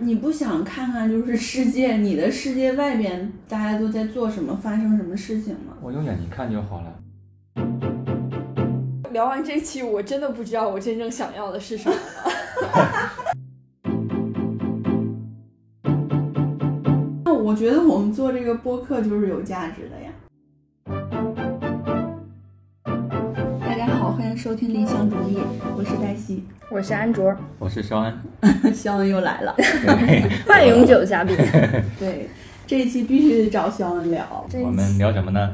你不想看看就是世界，你的世界外边大家都在做什么，发生什么事情吗？我用眼睛看就好了。聊完这期，我真的不知道我真正想要的是什么了。那我觉得我们做这个播客就是有价值的呀。大家好，欢迎收听理想主义，我是黛西，我是安卓，我是肖 恩，肖恩又来了。万永久嘉宾。 对，这一期必须得找肖恩聊。这我们聊什么呢？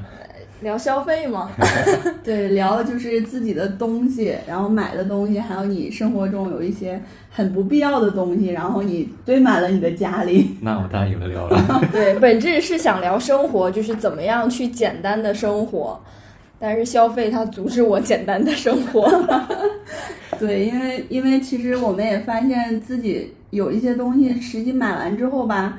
聊消费吗？对，聊的就是自己的东西，然后买的东西，还有你生活中有一些很不必要的东西，然后你堆满了你的家里。那我当然有的聊了。对，本质是想聊生活，就是怎么样去简单的生活。但是消费它阻止我简单的生 活。对，因为因为其实我们也发现自己有一些东西，实际买完之后吧，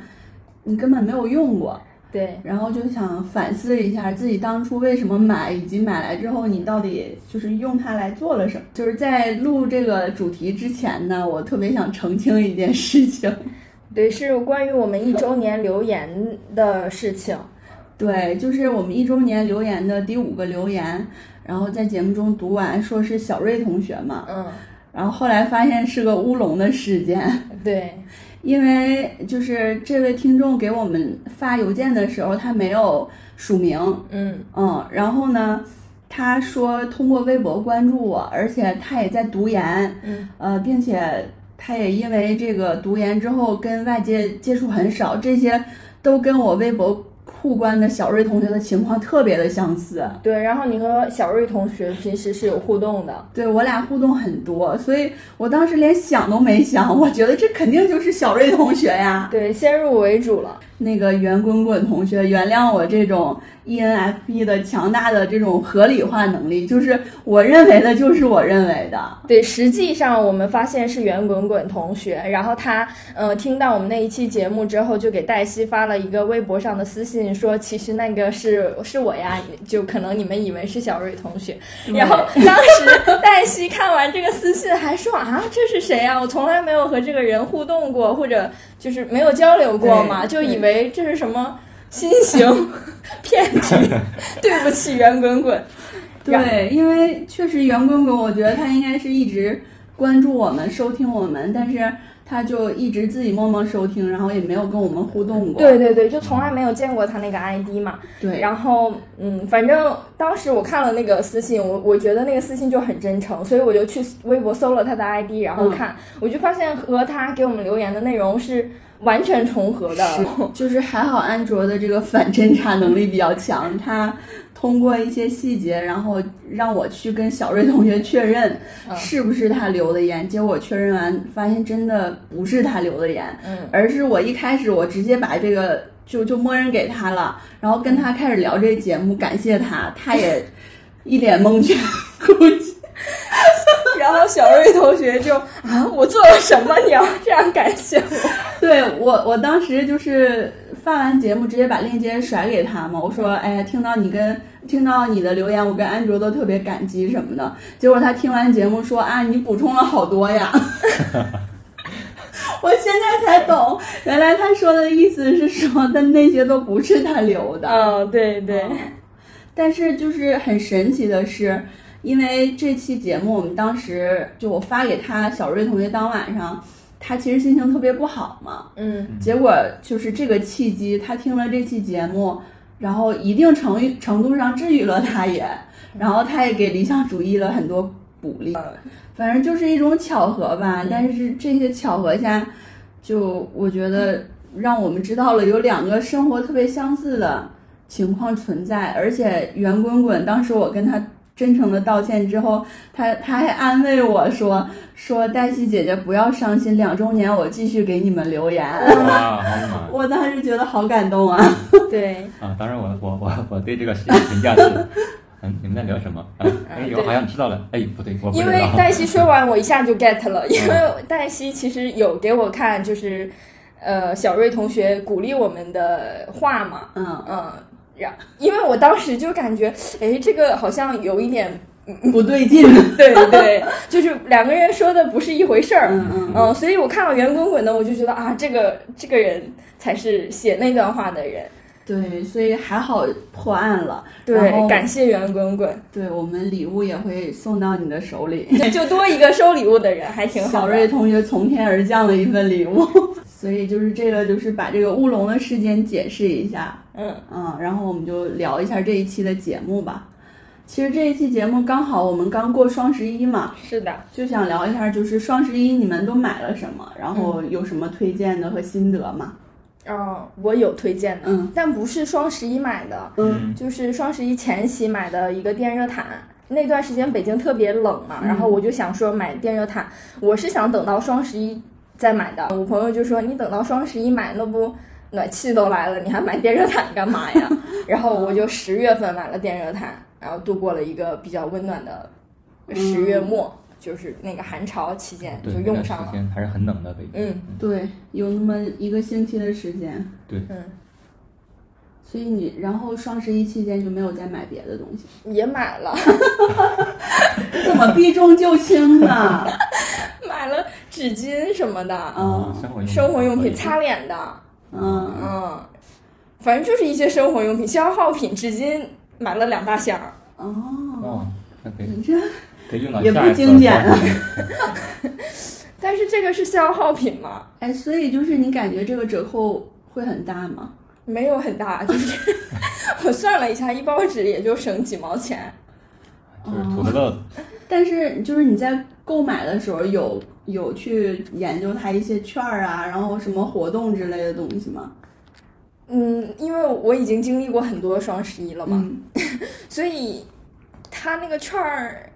你根本没有用过，对，然后就想反思一下自己当初为什么买，以及买来之后你到底就是用它来做了什么。就是在录这个主题之前呢，我特别想澄清一件事情。 对，是关于我们一周年留言的事情。对，就是我们一周年留言的第五个留言，然后在节目中读完，说是小瑞同学嘛，嗯，然后后来发现是个乌龙的事件，对，因为就是这位听众给我们发邮件的时候，他没有署名，嗯，嗯，然后呢，他说通过微博关注我，而且他也在读研，嗯，呃，并且他也因为这个读研之后跟外界接触很少，这些都跟我微博互关的小瑞同学的情况特别的相似。对。然后你和小瑞同学平时是有互动的，对我俩互动很多，所以我当时连想都没想，我觉得这肯定就是小瑞同学呀。对，先入为主了。那个圆滚滚同学，原谅我这种 E ENFP 的强大的这种合理化能力，就是我认为的，就是我认为的。对，实际上我们发现是圆滚滚同学，然后他呃听到我们那一期节目之后，就给黛西发了一个微博上的私信，说其实那个是是我呀，就可能你们以为是小瑞同学。然后当时黛西看完这个私信，还说啊，这是谁啊？我从来没有和这个人互动过，或者就是没有交流过嘛，对就对以为这是什么新 型骗局。 对不起，圆滚滚。对，因为确实圆滚滚，我觉得他应该是一直关注我们、收听我们，但是他就一直自己默默收听，然后也没有跟我们互动过。对对对，就从来没有见过他那个 ID 嘛。对，然后，嗯，反正当时我看了那个私信，我我觉得那个私信就很真诚，所以我就去微博搜了他的 ID，然嗯后看，我就发现和他给我们留言的内容是完全重合的。是，就是还好安卓的这个反侦查能力比较强，他通过一些细节，然后让我去跟小瑞同学确认嗯是不是他留的言，结果确认完发现真的不是他留的言，嗯，而是我一开始我直接把这个就就默认给他了，然后跟他开始聊这节目，感谢他，他也一脸蒙圈，估计 然后小瑞同学就啊，我做了什么？你要这样感谢我？ 对我我当时就是发完节目直接把链接甩给他嘛，我说哎，听到你跟听到你的留言，我跟安卓都特别感激什么的，结果他听完节目说啊，你补充了好多呀。我现在才懂，原来他说的意思是说，但那些都不是他留的。嗯，对对，但是就是很神奇的是，因为这期节目我们当时就我发给他小瑞同学当晚上，他其实心情特别不好嘛。嗯，结果就是这个契机，他听了这期节目，然后一定程程度上治愈了他也，然后他也给理想主义了很多鼓励。反正就是一种巧合吧嗯，但是这些巧合下，就我觉得让我们知道了有两个生活特别相似的情况存在，而且圆滚滚当时我跟他真诚的道歉之后，他他还安慰我说说黛西姐姐不要伤心，两周年我继续给你们留言。哇，好嗯暖我当时觉得好感动 啊！对，啊！当然我，我我我对这个事情评价是，嗯，你们在聊什么？啊哎呦，对好像知道了。哎，不对，我不知因为道。 嗯黛西说完，我一下就 get 了，因为黛西其实有给我看，就是呃小瑞同学鼓励我们的话嘛，嗯， 嗯，然因为我当时就感觉，哎，这个好像有一点 不对劲。对对，就是两个人说的不是一回事儿。嗯嗯，嗯，所以我看到圆滚滚的，我就觉得啊，这个这个人才是写那段话的人。对，所以还好破案了。对然后，感谢圆滚滚， 对我们礼物也会送到你的手里。就就多一个收礼物的人，还 挺好小的。瑞同学从天而降的一份礼物， 所以就是这个，就是把这个乌龙的事件解释一下，嗯嗯，然后我们就聊一下这一期的节目吧。其实这一期节目刚好我们刚过双十一嘛，是的，就想聊一下，就是双十一你们都买了什么，然后有什么推荐的和心得嘛？嗯，我有推荐的，嗯但不是双十一买的，嗯，就是双十一前夕买的一个电热毯。那段时间北京特别冷嘛，嗯然后我就想说买电热毯，我是想等到双十一再买的。我朋友就说你等到双十一买，那不暖气都来了，你还买电热毯干嘛呀？ 然后我就十月份买了电热毯，然后度过了一个比较温暖的十月末，就是那个寒潮期间嗯就对，那用段上时了。间还是很冷的北京。嗯对，有那么一个星期的时间，嗯，所以你然后双十一期间就没有再买别的东西，也买了， 怎么避重就轻呢？买了纸巾什么的，嗯生活用生活用可以品、擦脸的。嗯。嗯，反正就是一些生活用品、消耗品，至今买了两大箱。哦，哦，那可以你这可以用到也不下一次经典了但是这个是消耗品吗？哎，所以就是你感觉这个折扣会很大吗？没有很大，就是 我算了一下，一包纸也就省几毛钱。 就是图个乐子。但是就是你在购买的时候有有去研究它一些券儿啊，然后什么活动之类的东西吗？嗯，因为我已经经历过很多双十一了嘛，嗯，所以他那个券儿，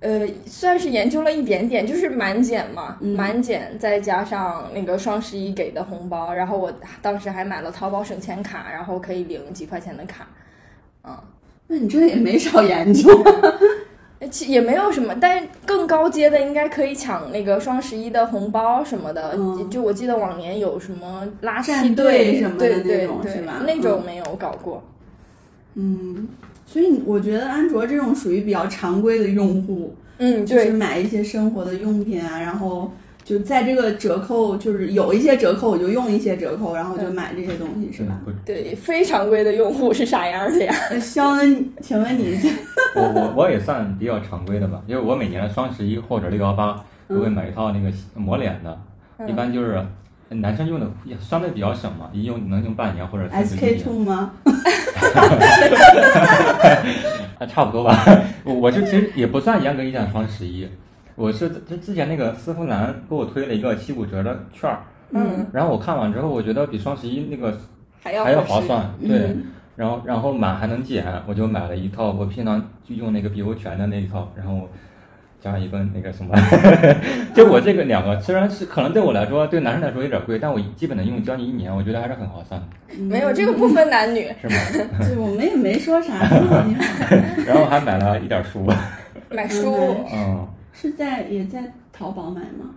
呃，算是研究了一点点，就是满减嘛，嗯满减再加上那个双十一给的红包，然后我当时还买了淘宝省钱卡，然后可以领几块钱的卡，嗯。那你这也没少研究。 其也没有什么，但是更高阶的应该可以抢那个双十一的红包什么的。嗯就就我记得往年有什么拉战梯队队什么的对那对种对是吧那种没有搞过。嗯，所以你我觉得安卓这种属于比较常规的用户，嗯，就是对，买一些生活的用品啊，然后。就在这个折扣，就是有一些折扣我就用一些折扣，然后嗯就买这些东西，是吧？不对，非常规的用户是啥样的呀？那肖恩，请问你嗯我我我也算比较常规的吧，因为我每年双十一或者六幺八嗯都会买一套那个抹脸的，一般嗯就是男生用的也相对比较少嘛，一用能用半年 或者甚至一 SK 年 two 吗？啊，差不多吧。 我我就其实也不算严格意义上双十一，我是之之前那个丝芙兰给我推了一个七五折的券儿，嗯，然后我看完之后，我觉得比双十一那个还要还要合适划。算，嗯对。然后然后买还能减，我就买了一套我平常就用那个碧欧泉的那一套，然后加上一个那个什么， 就我这个两个虽然是可能对我来说对男生来说有点贵，但我基本能用将近一年，我觉得还是很划算的，没有 这个不分男女，是吗？对，嗯我们也没说啥，挺好挺好。然后还买了一点书，买书嗯嗯是在也在淘宝买吗？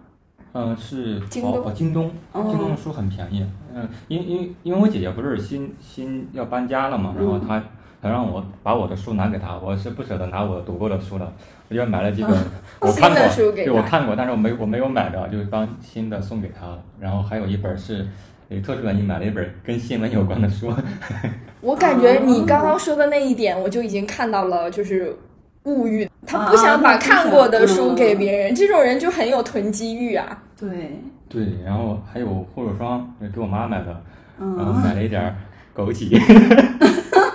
嗯是京淘东宝京东，哦京东的书很便宜，嗯，因因因为我姐姐不是新新要搬家了嘛，然后嗯她她让我把我的书拿给她，我是不舍得拿我读过的书的，我就买了几本 我哦新看的书过，给对我她看过，但是我没我没有买着，就是当新的送给她了。然后还有一本是有特殊原因买了一本跟新闻有关的书， 我感啊觉你刚刚说的那一点，我就已经看到了，就是物欲，他不啊想把他不想看过的书嗯给别人，这种人就很有囤积欲啊。对，对，然后还有护手霜给我妈买的，然后嗯，买了一点儿枸杞。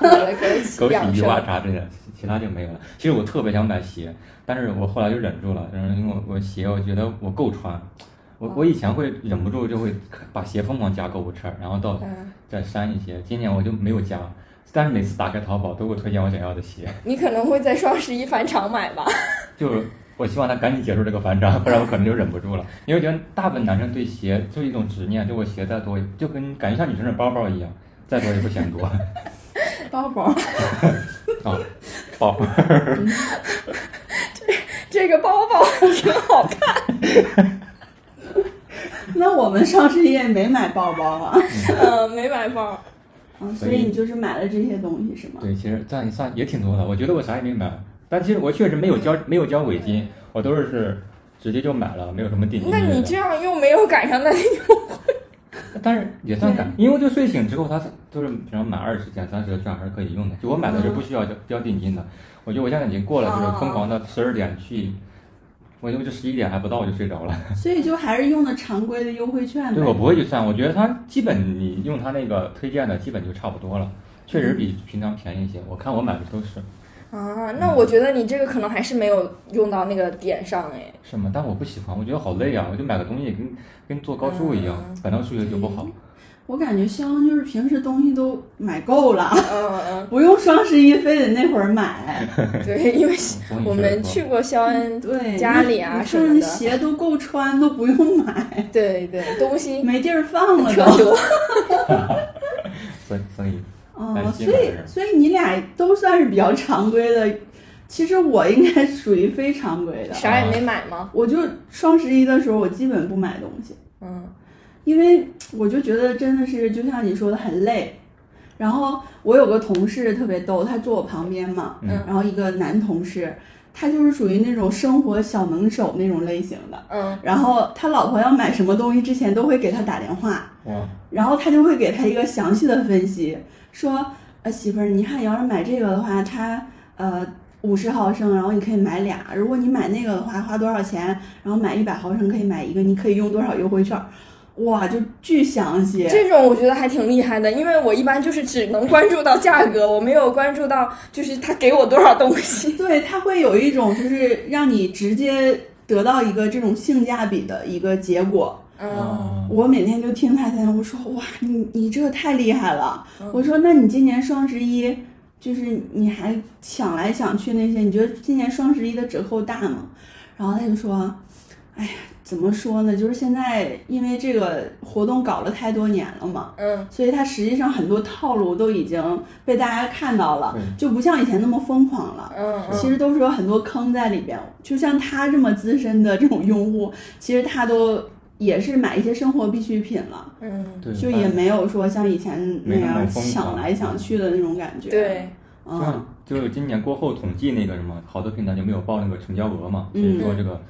买了枸杞枸杞、养鱼生啊啥之类的，其其他就没有了。其实我特别想买鞋，但是我后来就忍住了，然后因为我我鞋我觉得我够穿，我我以前会忍不住就会把鞋疯狂加购物车，然后到嗯，再删一些。今年我就没有加，但是每次打开淘宝都给我推荐我想要的鞋，你可能会在双十一返场买吧？就是我希望他赶紧结束这个反转，不然我可能就忍不住了。因为我觉得大部分男生对鞋就是一种执念，就我鞋再多，就跟感觉像女生的包包一样，再多也不嫌多 啊、包包， 包。这个包包挺好看，那我们双十一也没买包包啊，哦嗯，没买包。嗯，所以你就是买了这些东西是吗？对，其实这样一算也挺多的。我觉得我啥也没买，但其实我确实没有交没有交尾金，我都是直接就买了，没有什么定金之那类的。你这样又没有赶上那但是也算赶，因为就睡醒之后，它就是比方买二十减三十的券还是可以用的。就我买的是不需要交交定金的，我觉得我现在已经过了就是疯狂的十二点去，我因为就十一点还不到我就睡着了。所以就还是用的常规的优惠券对，我呗。不会去算，我觉得它基本你用它那个推荐的，基本就差不多了，确实比平常便宜一些。我看我买的都是 啊，那我觉得你这个可能还是没有用到那个点上哎。 什么，但我不喜欢，我觉得好累啊！我就买个东西跟跟坐嗯高速一样，反正数学就不好。我感觉肖恩就是平时东西都买够了，嗯不用双十一非得那会儿 买。嗯，对，因为所以就我是们说去过肖恩，对，家里啊你什么的看鞋都够穿，都不用买，对对，东西没地儿放了 特都。多。所以所以哦，担所心吧以这是所以你俩都算是比较常规的，其实我应该属于非常规的。啥也没买吗？我就双十一的时候，我基本不买东西，嗯，因为我就觉得真的是就像你说的很累。然后我有个同事特别逗，他坐我旁边嘛，嗯然后一个男同事，他就是属于那种生活小能手那种类型的。嗯，然后他老婆要买什么东西之前都会给他打电话，我然后他就会给他一个详细的分析，说，呃，媳妇儿，你看，要是买这个的话，它呃五十毫升，然后你可以买俩；如果你买那个的话，花多少钱？然后买一百毫升可以买一个，你可以用多少优惠券儿？哇，就巨详细。这种我觉得还挺厉害的，因为我一般就是只能关注到价格，我没有关注到就是他给我多少东西。 对，它会有一种就是让你直接得到一个这种性价比的一个结果。嗯，我每天就听他在那，我说哇，你你这个太厉害了。我说那你今年双十一，就是你还抢来抢去那些，你觉得今年双十一的折扣大吗？然后他就说，哎呀，怎么说呢？就是现在因为这个活动搞了太多年了嘛。嗯，所以它实际上很多套路都已经被大家看到了对，就不像以前那么疯狂了。嗯嗯其实都是有很多坑在里边。就像他这么资深的这种用户，其实他都也是买一些生活必需品了，嗯，对就也没有说像以前那没那么样疯狂抢来抢去的那种感觉。，对，就嗯，像就是今年过后统计那个什么，好多平台就没有报那个成交额嘛，所以说嗯这个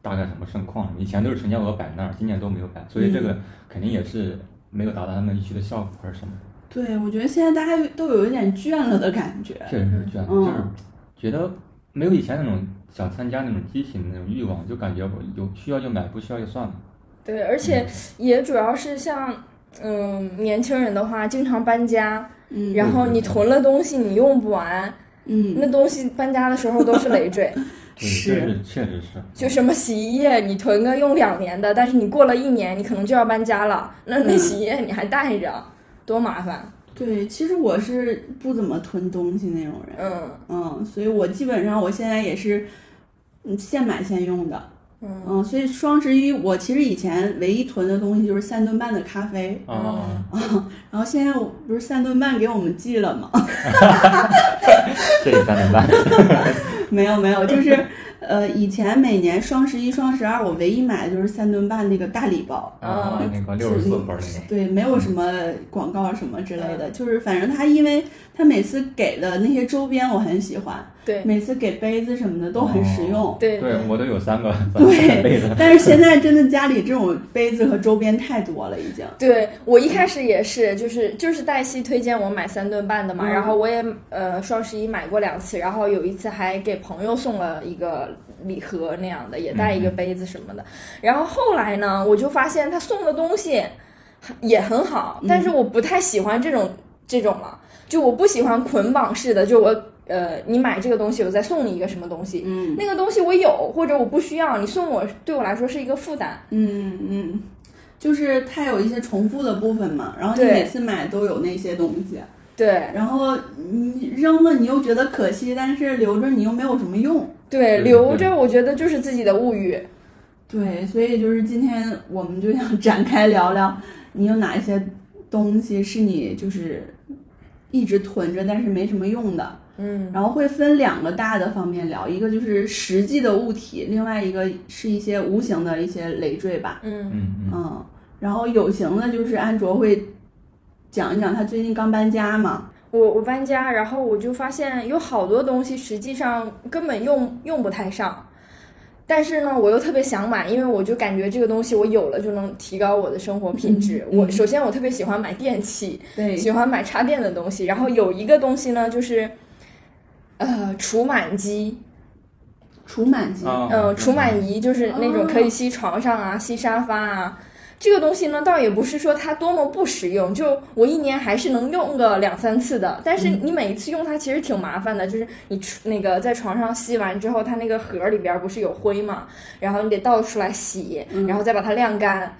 大概什么盛况，以前都是成交额摆那儿，今年都没有摆，所以这个嗯肯定也是没有达到他们预期的效果还是什么，对，我觉得现在大家都有一点倦了的感觉。确实是这样，嗯就是觉得没有以前那种想参加那种激情的那种欲望，就感觉我有需要就买，不需要就算了。对，而且也主要是像嗯年轻人的话，经常搬家，嗯，然后你囤了东西你用不完，嗯，那东西搬家的时候都是累 赘。对，是这嗯是确实是，就什么洗衣液，你囤个用两年的，但是你过了一年，你可能就要搬家了，那那嗯洗衣液你还带着，多麻烦。对，其实我是不怎么囤东西那种人，嗯嗯，所以我基本上我现在也是嗯现买现用的。嗯嗯，所以双十一我其实以前唯一囤的东西就是三顿半的咖啡，啊，嗯然后现在我不是三顿半给我们寄了吗？ 这一三点半，没有没有， 就是呃，以前每年双十一、双十二我唯一买的就是三顿半那个大礼包，嗯啊，那个六十四分儿那个，对，没有什么广告什么之类嗯的，就是反正它因为它每次给的那些周边我很喜欢，对哦每次给杯子什么的都很实用。对对我都有三个，三个被对子，，但是现在真的家里这种杯子和周边太多了，已经。对我一开始也是，就是就是黛西推荐我买三顿半的嘛，嗯然后我也呃双十一买过两次，然后有一次还给朋友送了一个礼盒那样的，也带一个杯子什么的。然后后来呢，我就发现他送的东西也很好，但是我不太喜欢这种这种了，就我不喜欢捆绑式的，就我呃你买这个东西，我再送你一个什么东西。嗯那个东西我有，或者我不需要，你送我对我来说是一个负担。嗯嗯，就是它有一些重复的部分嘛，然后你对每次买都有那些东西，对，然后你扔了你又觉得可惜，但是留着你又没有什么用。对对，留对着我觉得就是自己的物欲。对，所以就是今天我们就想展开聊聊，你有哪一些东西是你就是一直囤着但是没什么用的，嗯然后会分两个大的方面聊，一个就是实际的物体，另外一个是一些无形的一些累赘吧。嗯嗯嗯。嗯，然后有形的就是安卓会讲一讲他最近刚搬家嘛，我我搬家，然后我就发现有好多东西实际上根本用用不太上，但是呢，我又特别想买，因为我就感觉这个东西我有了就能提高我的生活品质。嗯嗯我首先我特别喜欢买电器，对，喜欢买插电的东西，然后有一个东西呢就是，呃，除螨机，除螨机，啊，嗯，除螨仪就是那种可以吸床上啊、吸沙发啊。这个东西呢，倒也不是说它多么不实用，就我一年还是能用个两三次的。但是你每一次用它其实挺麻烦的，就是你除那个在床上吸完之后，它那个盒里边不是有灰嘛，然后你得倒出来洗，嗯然后再把它晾干，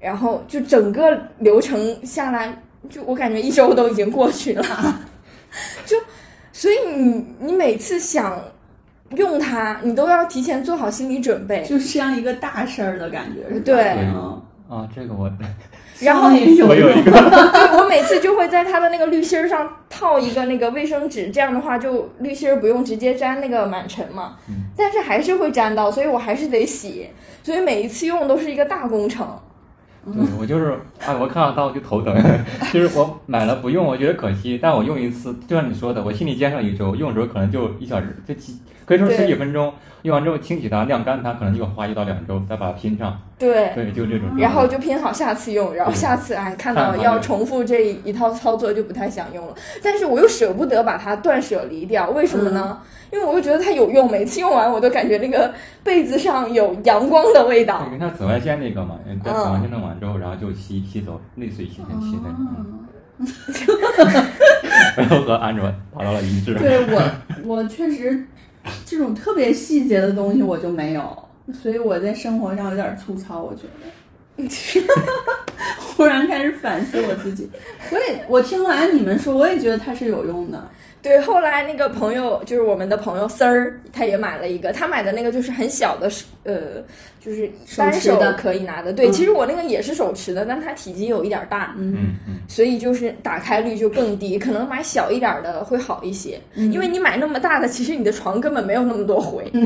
然后就整个流程下来，就我感觉一周都已经过去了，就所以你你每次想用它，你都要提前做好心理准备。就是像一个大事儿的感觉，是吧对嗯啊，这个我然后也有我有一个，我每次就会在它的那个滤芯儿上套一个那个卫生纸，这样的话就滤芯儿不用直接粘那个螨尘嘛嗯，但是还是会粘到，所以我还是得洗，所以每一次用都是一个大工程。嗯对我就是哎，我看到它我就头疼， 就是我买了不用，我觉得可惜，但我用一次，就像你说的，我心里接受一周，用的时候可能就一小时，就几可以说十几分钟，用完之后清洗它、晾干它，可能就要花一到两周，再把它拼上，对，对，就这种。然嗯后就拼好下次用，然后下次哎看到要重复这一套操作就不太想用了，但是我又舍不得把它断舍离掉，为什么呢？嗯因为我又觉得它有用，每次用完我都感觉那个被子上有阳光的味道嗯对，。跟它紫外线那个嘛，在紫外线弄完之后，然后就吸吸走，类似于吸尘器那种，嗯 哦然后和安卓达到了一致。对我，我确实这种特别细节的东西我就没有，所以我在生活上有点粗糙，我觉得。 忽然开始反思我自己，我也我听完你们说，我也觉得它是有用的。对，后来那个朋友就是我们的朋友丝儿，他也买了一个，他买的那个就是很小的手，呃，就是单手持手的可以拿的。对，嗯其实我那个也是手持的，但它体积有一点大，嗯，嗯嗯，所以就是打开率就更低，可能买小一点的会好一些，嗯嗯因为你买那么大的，其实你的床根本没有那么多回。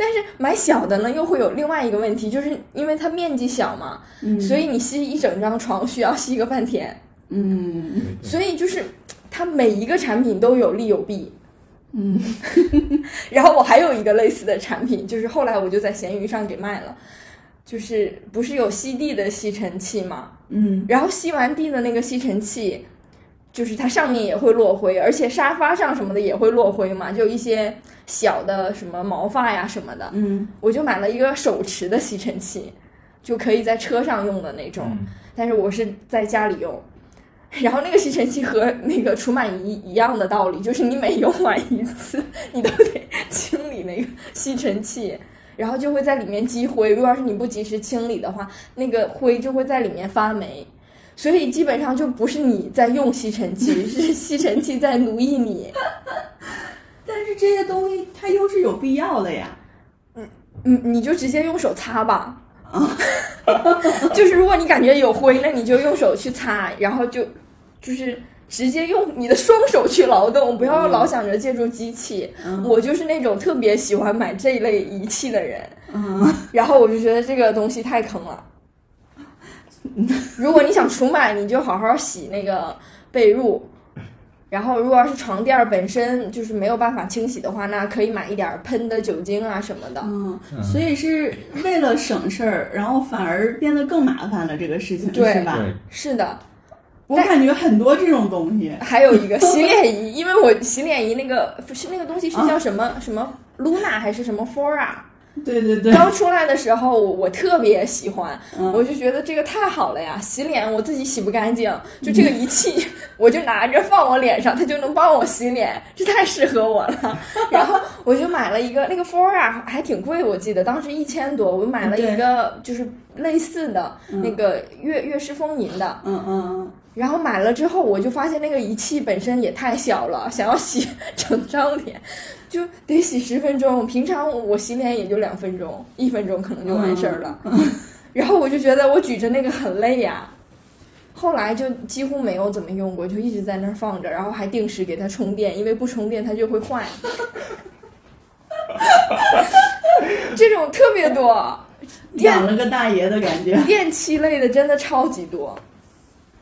但是买小的呢，又会有另外一个问题，就是因为它面积小嘛，嗯所以你吸一整张床需要吸个半天，嗯对对所以就是它每一个产品都有利有弊。嗯，然后我还有一个类似的产品，就是后来我就在闲鱼上给卖了，就是不是有吸地的吸尘器吗？嗯然后吸完地的那个吸尘器，就是它上面也会落灰，而且沙发上什么的也会落灰嘛，就一些小的什么毛发呀什么的，嗯我就买了一个手持的吸尘器，就可以在车上用的那种，嗯但是我是在家里用。 然后那个吸尘器和那个除螨仪一样的道理，就是你每用完一次， 你都得清理那个吸尘器，然后就会在里面积灰。如果要是你不及时清理的话，那个灰就会在里面发霉。所以基本上就不是你在用吸尘器， 是吸尘器在奴役你。但是这些东西它又是有必要的呀。嗯，你就直接用手擦吧。 就是如果你感觉有灰，那你就用手去擦，然后就就是直接用你的双手去劳动，不要老想着借助机器。嗯我就是那种特别喜欢买这一类仪器的人，嗯，然后我就觉得这个东西太坑了。如果你想除螨，你就好好洗那个被褥。然后，如果要是床垫儿本身就是没有办法清洗的话，那可以买一点儿喷的酒精啊什么的。嗯，所以是为了省事儿，然后反而变得更麻烦了这个事情，对是吧？对，是的，我感觉很多这种东西，还有一个洗脸仪，因为我洗脸仪那个是那个东西是叫什么、什么 Luna 还是什么 Fora？对对对，刚出来的时候我我特别喜欢，嗯我就觉得这个太好了呀！洗脸我自己洗不干净，就这个仪器 我就拿着放我脸上，它就能帮我洗脸，这太适合我了。然后我就买了一个那个 Fora 还挺贵，我记得当时一千多，我买了一个就是类似的嗯那个悦悦诗风吟的，嗯嗯然后买了之后，我就发现那个仪器本身也太小了，想要洗整张脸，就得洗十分钟。平常我洗脸也就两分钟，一分钟可能就完事儿了。 然后我就觉得我举着那个很累呀、后来就几乎没有怎么用过，就一直在那儿放着，然后还定时给它充电，因为不充电它就会坏。这种特别多，嗯，养了个大爷的感觉。电器类的真的超级多。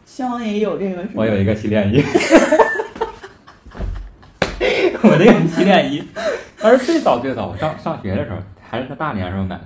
肖恩也有这个是吗？我有一个洗脸仪，我那个洗脸仪，但是最早最早我上上学的时候，还是在大连的时候买的，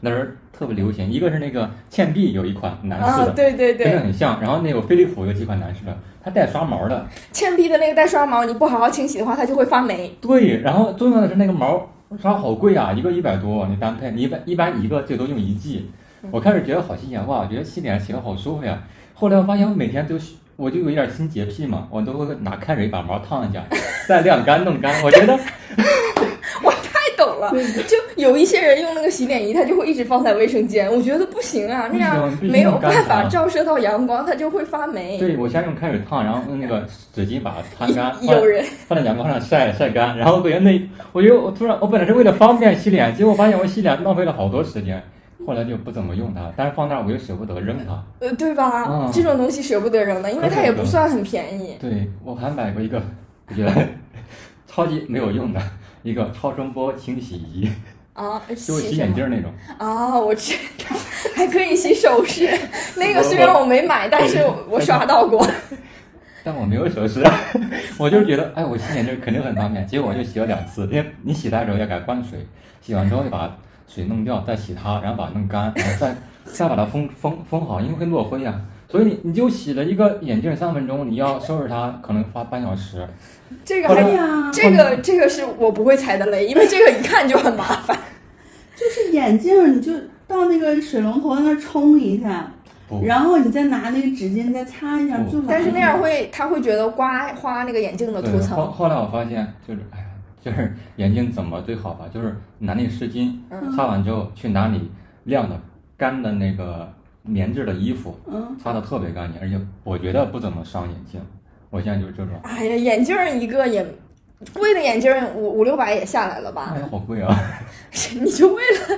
那时候特别流行，一个是那个倩碧有一款男士啊的，，对对真的对，很像，然后那个飞利浦有几款男士的，它带刷毛的，倩碧的那个带刷毛，你不好好清洗的话，它就会发霉。对，然后重要的是那个毛刷好贵啊，一个一百多，你单配，你一般一般一个最多用一季。嗯我开始觉得好新鲜哇，我觉得洗脸洗的好舒服呀。后来我发现我每天都洗我就有一点新洁癖嘛，我都会拿开水把毛烫一 下，再晾干弄干。我觉得太懂了，就有一些人用那个洗脸仪，他就会一直放在卫生间，我觉得不行啊， 那样不行必须没有弄干办法它照射到阳光，它就会发霉。对我先用开水烫，然后用那个纸巾把它一摊干，放 有人放在阳光上晒晒干。然后我感觉那，我觉得我突然我本来是为了方便洗脸，结果发现我洗脸浪费了好多时间，后来就不怎么用它，但是放那儿我又舍不得扔它。呃，对吧？嗯这种东西舍不得扔的，因为它也可不舍得算很便宜。对我还买过一个，我觉得超级没有用的一个超声波清洗仪，啊，就是洗什眼么镜儿那种。啊，我知道，还可以洗首饰。那个虽然我没买，但是我我刷到过。但我没有手势， 我就觉得哎，我洗眼镜儿肯定很方便，结果我就洗了两次，因为你洗它的时候要给它灌水，洗完之后就把水弄掉，再洗它，然后把它弄干，然后再再把它封封封好，因为会落灰啊。所以你你就洗了一个眼镜儿三分钟，你要收拾它可能花半小时。这个好的哎还呀，这个这个是我不会踩的雷，因为这个一看就很麻烦。就是眼镜，你就到那个水龙头那儿冲一下不，然后你再拿那个纸巾再擦一下，不就完了但是那样会，他会觉得刮花那个眼镜的对，涂后层。后来我发现，就是哎呀，就是眼镜怎么最好吧？就是拿那个湿巾嗯擦完之后，去拿你晾的干的那个棉质的衣服，嗯，擦的特别干净，而且我觉得不怎么伤眼睛。我现在就是这种，哎呀，眼镜儿一个也贵的眼镜儿五五六百也下来了吧 哎？呀，好贵啊！ 你就为了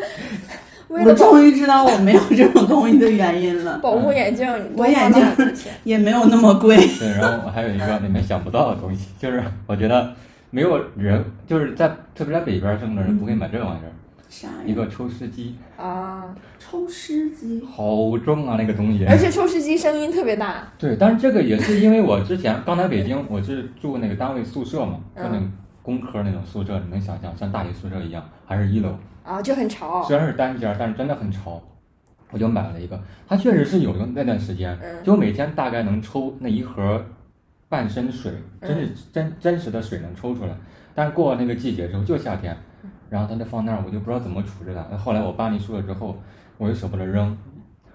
为我了保终于知道我没有这种东西的原因了，保护眼镜儿，你多我眼花了镜好多钱也没有那么贵。对，然后我还有一个你们想不到的东西，就是我觉得没有人，就是在特别在北边生的人不会买这玩意儿，啥一呀？个抽湿机，啊！抽湿机。好重啊那个东西。 而且抽湿机声音特别大，对，但是这个也是因为我之前刚来北京，我是住那个单位宿舍嘛，就嗯那种工科那种宿舍，你能想象像大学宿舍一样，还是一楼，啊，就很吵。虽然是单间儿，但是真的很吵。我就买了一个，它确实是有用那段时间，嗯就每天大概能抽那一盒半升水，真嗯是真真实的水能抽出来。但是过了那个季节之后，就夏天，嗯然后它就放那儿，我就不知道怎么处置它。后来我搬离宿舍之后，我就舍不得扔，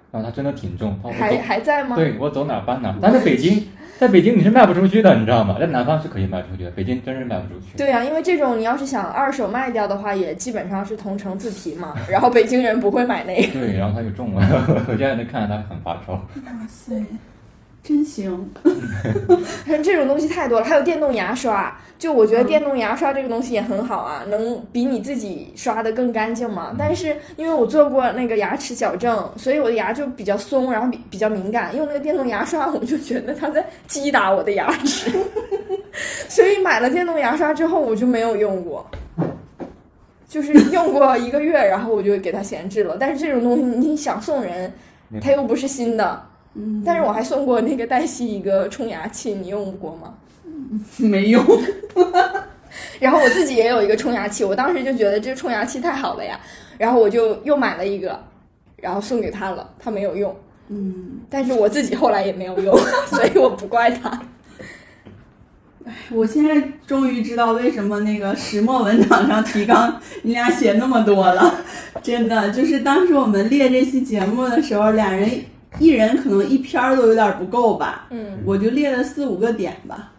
然后它真的挺重，哦它我走还还在吗？对我走哪儿搬哪儿，但在北京，在北京你是卖不出去的，你知道吗？在南方是可以卖出去的，北京真是卖不出去。对呀、因为这种你要是想二手卖掉的话，也基本上是同城自提嘛。然后北京人不会买那个。对，然后它就中了， 我现在能看着它很发烧。哇塞，真行！ 这种东西太多了，还有电动牙刷。就我觉得电动牙刷这个东西也很好啊，能比你自己刷的更干净嘛。但是因为我做过那个牙齿矫正，所以我的牙就比较松，然后比比较敏感。用那个电动牙刷，我就觉得它在击打我的牙齿，所以买了电动牙刷之后，我就没有用过。就是用过一个月，然后我就给它闲置了。但是这种东西，你想送人，它又不是新的，嗯，但是我还送过那个黛西一个冲牙器，你用过吗？ 没用。然后我自己也有一个冲牙器，我当时就觉得这冲牙器太好了呀，然后我就又买了一个，然后送给他了，他没有用，嗯，但是我自己后来也没有用， 所以我不怪他。我现在终于知道为什么那个石墨文档上提纲你俩写那么多了，真的就是当时我们列这期节目的时候，俩人一人可能一篇儿都有点不够吧，嗯，我就列了四五个点吧。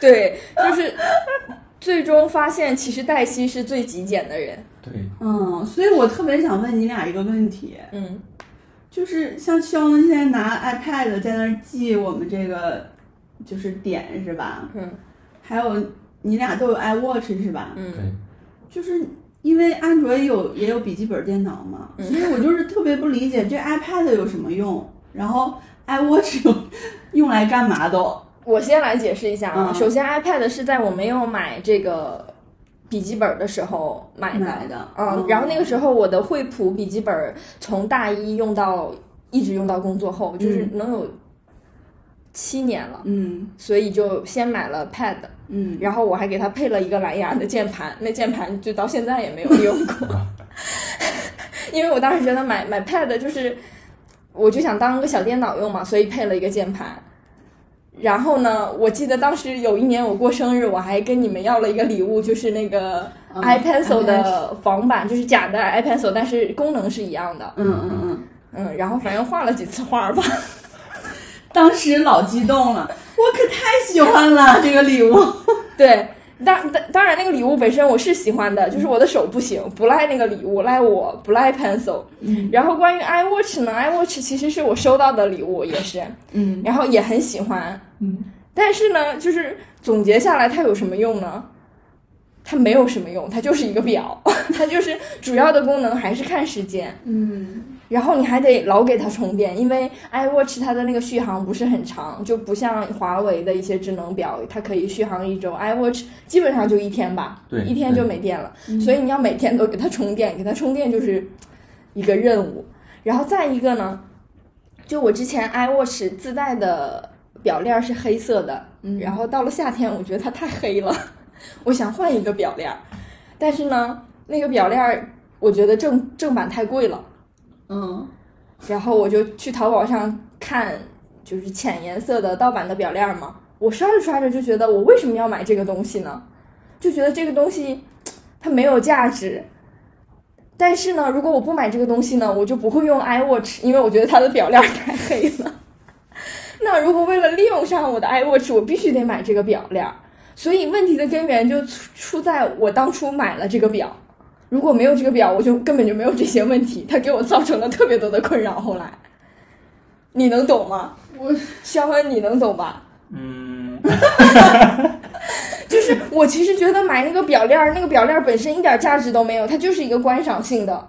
对，就是最终发现其实黛西是最极简的人。对，嗯，所以我特别想问你俩一个问题，嗯，就是像肖恩现在拿 iPad 在那儿记我们这个就是点是吧？嗯，还有你俩都有 iWatch 是吧？嗯对，就是因为安卓也有也有笔记本电脑嘛，嗯所以我就是特别不理解这 iPad 有什么用，然后 iWatch 有用来干嘛都？我先来解释一下啊，嗯首先 iPad 是在我没有买这个笔记本的时候买的，买的嗯，然后那个时候我的惠普笔记本从大一用到一直用到工作后，就是能有七年了，嗯所以就先买了 Pad，嗯，然后我还给它配了一个蓝牙的键盘，那键盘就到现在也没有用过，因为我当时觉得买买 Pad 就是，我就想当个小电脑用嘛，所以配了一个键盘。然后呢，我记得当时有一年我过生日，我还跟你们要了一个礼物，就是那个嗯哎 iPencil iPencil 的仿版，就是假的 iPencil，但是功能是一样的。嗯嗯嗯，嗯，然后反正画了几次画 吧。当时老激动了，我可太喜欢了这个礼物。对，当当当然那个礼物本身我是喜欢的，就是我的手不行，不赖那个礼物，赖我不赖 pencil。嗯然后关于 iWatch 呢，iWatch 其实是我收到的礼物，也是，嗯然后也很喜欢。嗯，但是呢，就是总结下来，它有什么用呢？它没有什么用，它就是一个表， 它就是主要的功能还是看时间。嗯然后你还得老给它充电，因为 iWatch 它的那个续航不是很长，就不像华为的一些智能表，它可以续航一周，iWatch 基本上就一天吧，对一天就没电了。所以你要每天都给它充电，给它充电就是一个任务。然后再一个呢，就我之前 iWatch 自带的表链是黑色的，嗯然后到了夏天，我觉得它太黑了， 我想换一个表链儿，但是呢，那个表链儿我觉得正正版太贵了。嗯然后我就去淘宝上看，就是浅颜色的盗版的表链儿嘛。我刷着刷着就觉得，我为什么要买这个东西呢？就觉得这个东西它没有价值。但是呢，如果我不买这个东西呢，我就不会用 iWatch，因为我觉得它的表链儿太黑了。 那如果为了利用上我的 iWatch，我必须得买这个表链儿。所以问题的根源就出出在我当初买了这个表。如果没有这个表，我就根本就没有这些问题，它给我造成了特别多的困扰。后来，你能懂吗？我肖恩，你能懂吧？嗯，就是我其实觉得买那个表链儿，那个表链儿本身一点价值都没有，它就是一个观赏性的。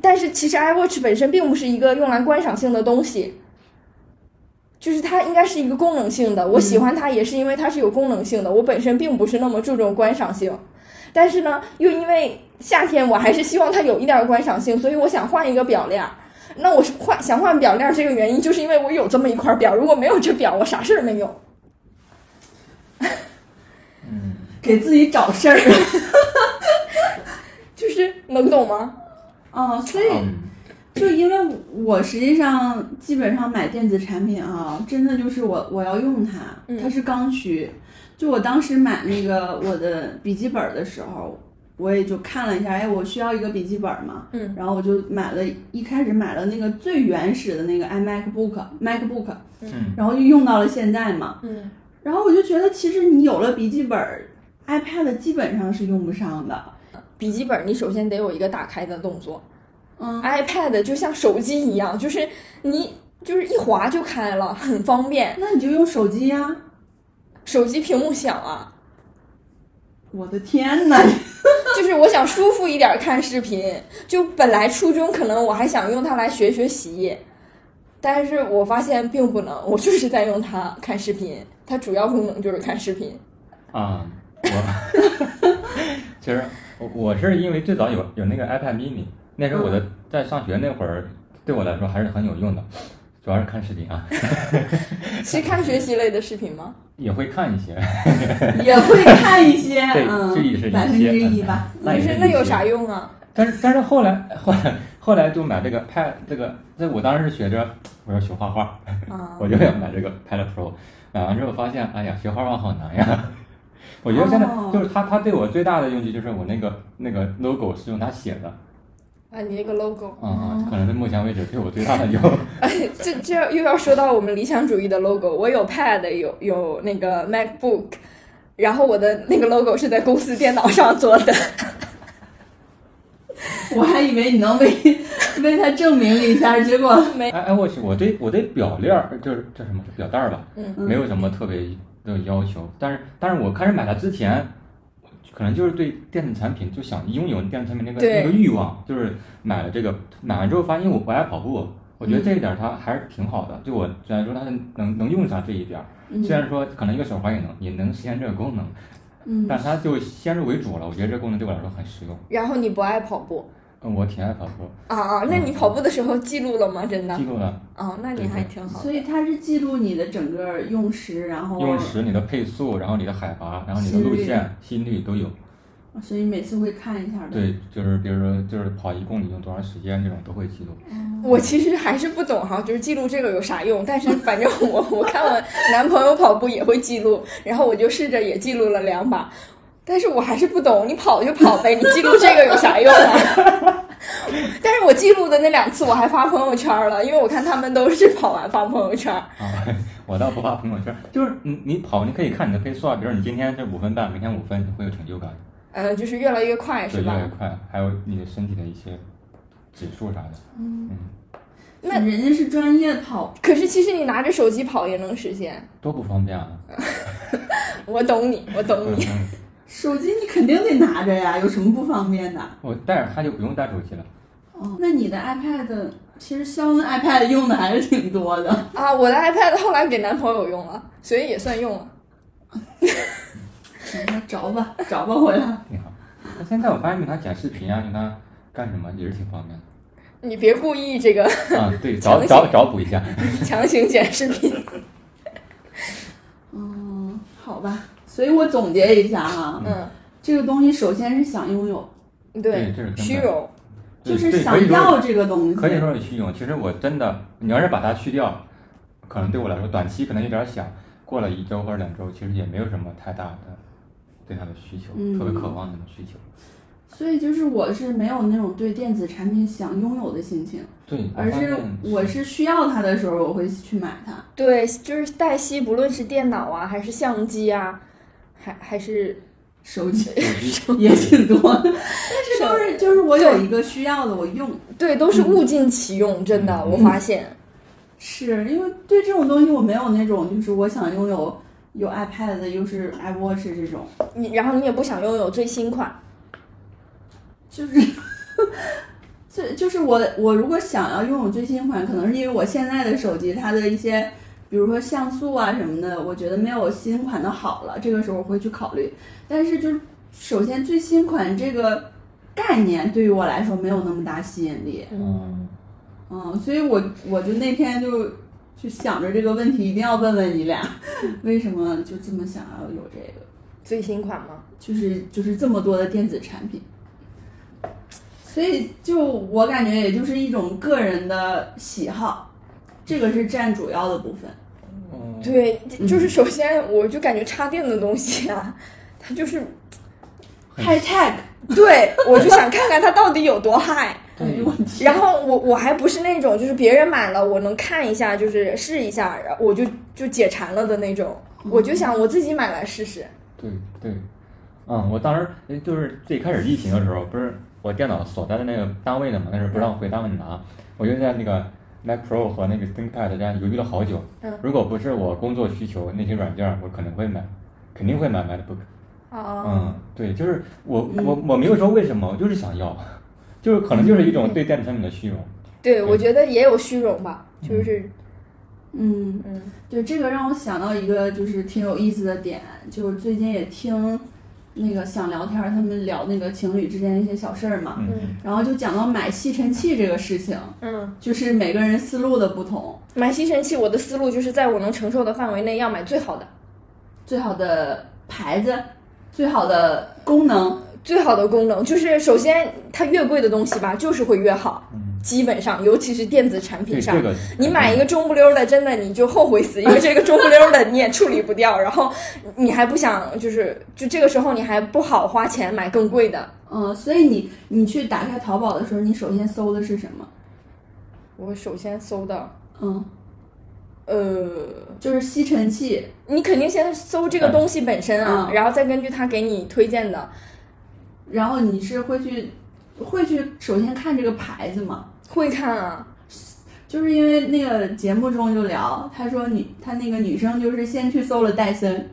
但是其实 iWatch 本身并不是一个用来观赏性的东西，就是它应该是一个功能性的。我喜欢它也是因为它是有功能性的，我本身并不是那么注重观赏性。但是呢，又因为夏天我还是希望它有一点观赏性，所以我想换一个表链儿。那我是换想换表链儿这个原因，就是因为我有这么一块表，如果没有这表，我啥事儿没有。嗯给自己找事儿。就是能懂吗？哦，所以嗯就因为我实际上基本上买电子产品啊，真的就是我我要用它，嗯它是刚需。就我当时买那个我的笔记本的时候，我也就看了一下，哎，我需要一个笔记本嘛，嗯，然后我就买了，一开始买了那个最原始的那个 iMacBook MacBook，嗯然后就用到了现在嘛，嗯，然后我就觉得其实你有了笔记本，iPad 基本上是用不上的，笔记本你首先得有一个打开的动作嗯，哎，iPad 就像手机一样，就是你就是一划就开了，很方便。那你就用手机呀、手机屏幕小啊，我的天呐！就是我想舒服一点看视频，就本来初衷可能我还想用它来学学习，但是我发现并不能，我就是在用它看视频，它主要功能就是看视频。啊，我 其实我我是因为最早有有那个 iPad mini，那时候我的嗯在上学那会儿，对我来说还是很有用的，主要是看视频啊，是看学习类的视频吗？也会看一些，也会看一些， 对嗯这也是一些，嗯百分之一吧。那你也是是那一有些啥用 啊？但是但是后来后来后来就买这个 Pad 这个，这我当时是学着我要学画画，啊，我就要买这个 Pad Pro，买完之后发现，哎呀，学画画好难呀。 我觉得现在哦就是它，它对我最大的用处就是我那个那个 logo 是用它写的，啊，你那个 logo。啊、嗯，可能是目前为止对我最大的用。 这这又要说到我们理想主义的 logo，我有 Pad，有有那个 MacBook，然后我的那个 logo 是在公司电脑上做的，我还以为你能为 为他证明一下，结果没，哎哎，我去，我对我对表链儿就是这什么表带儿吧，嗯没有什么特别的要求。但是但是我开始买它之前，可能就是对电子产品就想拥有电子产品那个对那个欲望，就是买了这个，买完之后发现因为我不爱跑步，我觉得这一点儿它还是挺好的。对我虽然说它是能能用上这一点儿，虽然说可能一个手环也能也能实现这个功能，嗯但它就先入为主了。我觉得这个功能对我来说很实用。然后你不爱跑步，嗯，我挺爱跑步，啊啊！那你跑步的时候记录了吗？真的记？录了哦，那你还挺好的。所以它是记录你的整个用时，然后用时、你的配速，然后你的海拔，然后你的路线、心率都有。所以每次会看一下的。对，就是比如说就是跑一公里用多长时间这种都会记录。我其实还是不懂哈，就是记录这个有啥用？但是反正我我看我男朋友跑步也会记录，然后我就试着也记录了两把，但是我还是不懂，你跑就跑呗，你记录这个有啥用啊？ 但是我记录的那两次我还发朋友圈了，因为我看他们都是跑完发朋友圈。啊，我倒不发朋友圈，就是你你跑，你可以看你的配速啊，比如你今天是五分半，明天五分，你会有成就感，呃，就是越来越快是对，越吧来越？快，还有你的身体的一些指数啥的，嗯，那人家是专业跑，可是其实你拿着手机跑也能实现。多不方便啊！我懂你，我懂你。嗯手机你肯定得拿着呀，有 什么不方便的？ 我带着它就不用带手机了。哦，那你的 iPad 其实肖恩 iPad 用的还是挺多的。啊，我的 iPad 后来给男朋友用了，所以也算用了。那找吧， 找吧回来。挺好。那现在我发现用它剪视频啊，用它干什么也是挺方便的你别故意这个啊。对，找强行找找补一下。强行剪视频。嗯，好吧。所以我总结一下啊，嗯，这个东西首先是想拥有，对对这是根，本虚荣。就对是对想可以说要这个东西。可以说是虚荣。其实我真的，你要是把它去掉，可能对我来说短期可能有点小，过了一周或者两周，其实也没有什么太大的对它的需求，嗯特别渴望那种需求。所以就是我是没有那种对电子产品想拥有的心情，对，而发是现我是需要它的时候我会去买它。对，就是黛西，不论是电脑啊，还是相机啊，还还是手 机手机也挺多的，但是都嗯是就是我有一个需要的我用，对，都是物尽其用。真的，我发现，是因为对这种东西我没有那种就是我想拥有有 iPad 的又是 iWatch 这种，你然后你也不想拥有最新款。就是这就是我我如果想要拥有最新款，可能是因为我现在的手机它的一些。比如说像素啊什么的，我觉得没有新款的好了，这个时候我会去考虑。但是就是首先最新款这个概念对于我来说没有那么大吸引力，嗯，嗯，所以我我就那天就就想着这个问题，一定要问问你俩，为什么就这么想要有这个，最新款吗？就是就是这么多的电子产品。所以就我感觉，也就是一种个人的喜好，这个是占主要的部分。嗯对，嗯就是首先我就感觉插电的东西啊，它就是，很 Hashtag 对我就想看看它到底有多嗨。对对问题，然后我我还不是那种就是别人买了我能看一下，就是试一下，然后我就就解馋了的那种。我就想我自己买来试试。对对，嗯，我当时哎就是最开始疫情的时候，不是我电脑所在的那个单位的嘛，那时候不嗯让回单位拿，我就在那个 Mac Pro 和那个 ThinkPad 之间犹豫了好久。嗯如果不是我工作需求那些软件儿，我可能会买，肯定会买 MacBook。啊，嗯，对，就是我嗯我我没有说为什么，我就是想要，就是可能就是一嗯种对电子产品的虚荣。对，我觉得也有虚荣吧，就是嗯。嗯对，这个让我想到一个就是挺有意思的点，就是最近也听那个想聊天儿，他们聊那个情侣之间的一些小事儿嘛，嗯嗯然后就讲到买吸尘器这个事情，嗯，就是每个人思路的不同，买吸尘器我的思路就是在我能承受的范围内要买最好的、最好的牌子，最好的功能，最好的功能。就是首先它越贵的东西吧，就是会越好，嗯，基本上尤其是电子产对品上这。个，你买一个中不溜儿的，真的你就后悔死，因为这个中不溜儿的你也处理不掉，然后你还不想，就是就这个时候你还不好花钱买更贵的。嗯，所以你你去打开淘宝的时候，你首先搜的是什么？我首先搜的，嗯，呃，就是吸尘器，你肯定先搜这个东西本身啊，嗯然后再根据他给你推荐的，然后你是会去会去首先看这个牌子吗？会看啊，就是因为那个节目中就聊，他说女他那个女生就是先去搜了戴森，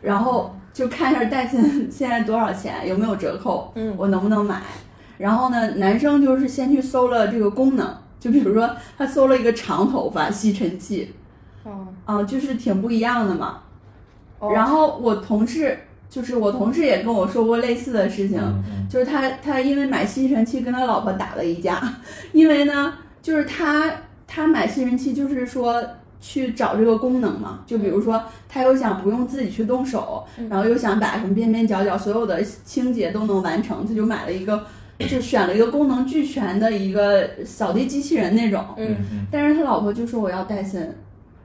然后就看一下戴森 现在多少钱，有没有折扣，嗯我能不能买。然后呢，男生就是先去搜了这个功能，就比如说他搜了一个长头发吸尘器，哦，啊，就是挺不一样的嘛。哦然后我同事就是我同事也跟我说过类似的事情，嗯嗯就是他他因为买吸尘器跟他老婆打了一架， 因为呢，就是他他买吸尘器就是说去找这个功能嘛，就比如说他又想不用自己去动手，嗯然后又想把什么边边角角所有的清洁都能完成，他就买了一个，就选了一个功能俱全的一个扫地机器人那种，嗯嗯嗯但是他老婆就说我要戴森，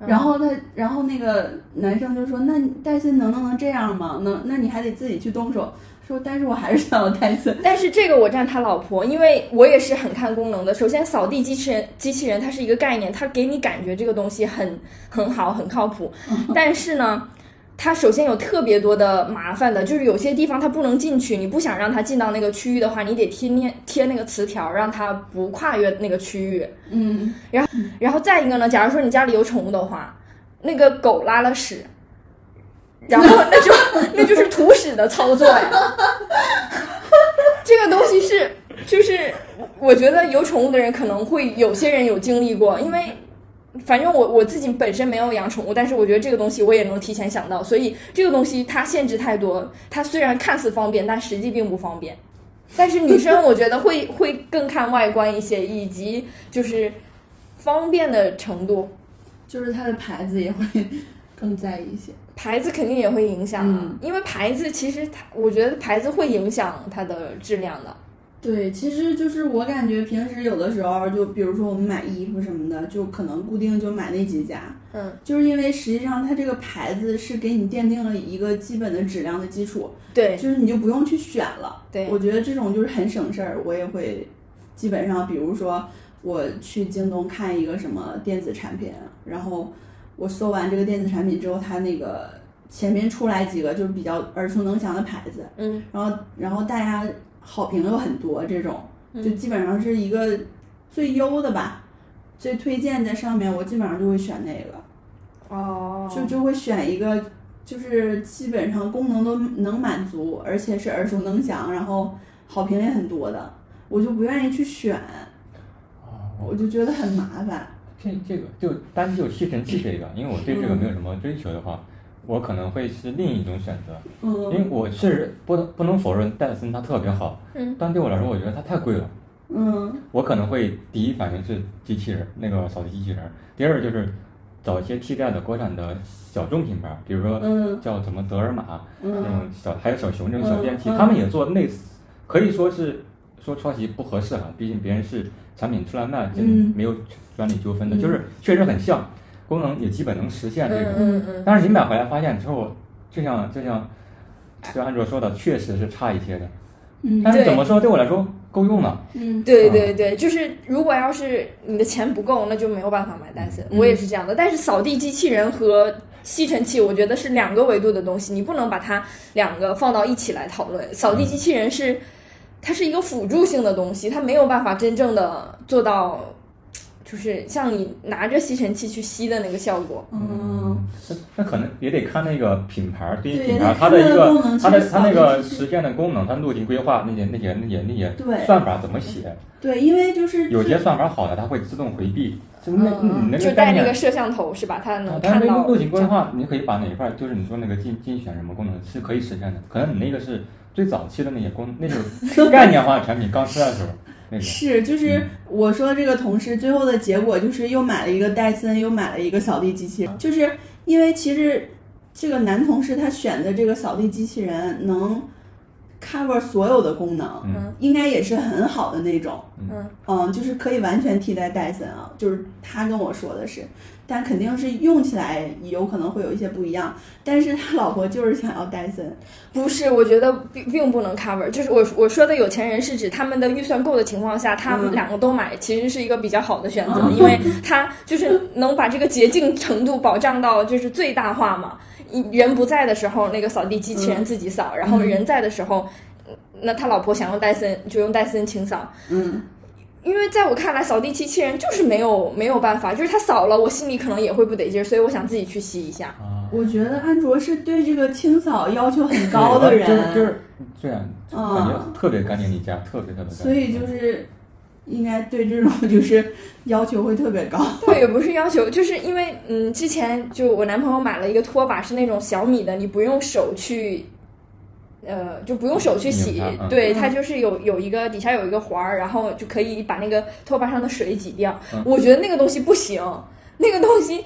然后他，然后那个男生就说：“那你戴森能不能这样吗？能，那你还得自己去动手。”说：“但是我还是想要戴森。但是这个我站他老婆，因为我也是很看功能的。首先，扫地机器人机器人它是一个概念，它给你感觉这个东西很很好，很靠谱。但是呢，它首先有特别多的麻烦的，就是有些地方它不能进去，你不想让它进到那个区域的话，你得贴贴贴那个磁条，让它不跨越那个区域。”嗯，然后再一个呢，假如说你家里有宠物的话，那个狗拉了屎，然后那就那就是土屎的操作呀。这个东西是就是我觉得有宠物的人可能会有些人有经历过，因为。反正我我自己本身没有养宠物，但是我觉得这个东西我也能提前想到，所以这个东西它限制太多，它虽然看似方便，但实际并不方便。但是女生我觉得会会更看外观一些，以及就是方便的程度，就是它的牌子也会更在意一些。牌子肯定也会影响啊。嗯因为牌子其实它，我觉得牌子会影响它的质量的。对，其实就是我感觉平时有的时候，就比如说我们买衣服什么的，就可能固定就买那几家，嗯，就是因为实际上它这个牌子是给你奠定了一个基本的质量的基础，对就是你就不用去选了。对我觉得这种就是很省事儿，我也会基本上，比如说我去京东看一个什么电子产品，然后我搜完这个电子产品之后，它那个前面出来几个就是比较耳熟能详的牌子，嗯，然后然后大家好评又很多，这种嗯就基本上是一个最优的吧，最推荐在上面，我基本上就会选那个。哦就就会选一个，就是基本上功能都能满足，而且是耳熟能详，然后好评也很多的，我就不愿意去选，哦我我就觉得很麻烦。这这个就单就吸尘器这个，因为我对这个没有什么追求的话，我可能会是另一种选择，因为嗯我确实不能不能否认戴森它特别好，嗯，但对我来说，我觉得它太贵了。嗯我可能会第一反应是机器人，那个扫地机器人。第二就是找一些替代的国产的小众品牌，比如说嗯叫什么德尔玛这嗯，种小，还有小熊这种小电器嗯，嗯他们也做类似，可以说是说抄袭不合适啊，毕竟别人是产品出来卖，这嗯没有专利纠纷的，嗯就是确实很像，功能也基本能实现这嗯种。嗯嗯，但是你买回来发现之后，就像就像就安卓说的，确实是差一些的。嗯但是对怎么说，对我来说够用了。嗯，对对对，就是如果要是你的钱不够，那就没有办法买戴森。嗯我也是这样的，但是扫地机器人和吸尘器，我觉得是两个维度的东西，你不能把它两个放到一起来讨论。扫地机器人是它是一个辅助性的东西，它没有办法真正的做到，就是像你拿着吸尘器去吸的那个效果。嗯，那那可能也得看那个品牌，对于对品也得牌它看它的一的功个能它的其实它那扫地个机器实现的功能，它路径规划那些那些那些那些对算法怎么写，对，因为就是有些算法好的它会自动回避，就那嗯你那就个概带那个念。啊摄像头是吧？它能但看是那到个路径规划，你可以把哪一块，就是你说那个竞竞选什么功能是可以实现的，可能你那个是最早期的那些功，那种概念化的产品刚出来的时候那种。是就是嗯我说这个同事最后的结果就是又买了一个戴森，又买了一个扫地机器人，就是因为其实这个男同事他选的这个扫地机器人能 cover 所有的功能，嗯应该也是很好的那种，嗯嗯，就是可以完全替代戴森啊，就是他跟我说的是，但肯定是用起来有可能会有一些不一样，但是他老婆就是想要戴森，不是，我觉得并并不能 cover，就是我我说的有钱人是指他们的预算够的情况下，他们嗯两个都买，其实是一个比较好的选择，嗯因为他就是能把这个洁净程度保障到就是最大化嘛。人不在的时候，那个扫地机器人嗯自己扫，然后人在的时候，那他老婆想用戴森就用戴森清扫。嗯，因为在我看来，扫地机器人就是没有没有办法，就是他扫了，我心里可能也会不得劲儿，所以我想自己去吸一下。啊，我觉得安卓是对这个清扫要求很高的人，就是就是这样，就感觉嗯特别干净利家，特别特别干净。所以就是应该对这 种就是要求会特别高。我也不是要求，就是因为嗯，之前就我男朋友买了一个拖把，是那种小米的，你不用手去呃，就不用手去洗拧它，嗯嗯对，它就是有有一个底下有一个环儿，然后就可以把那个拖把上的水挤掉。嗯我觉得那个东西不行，那个东西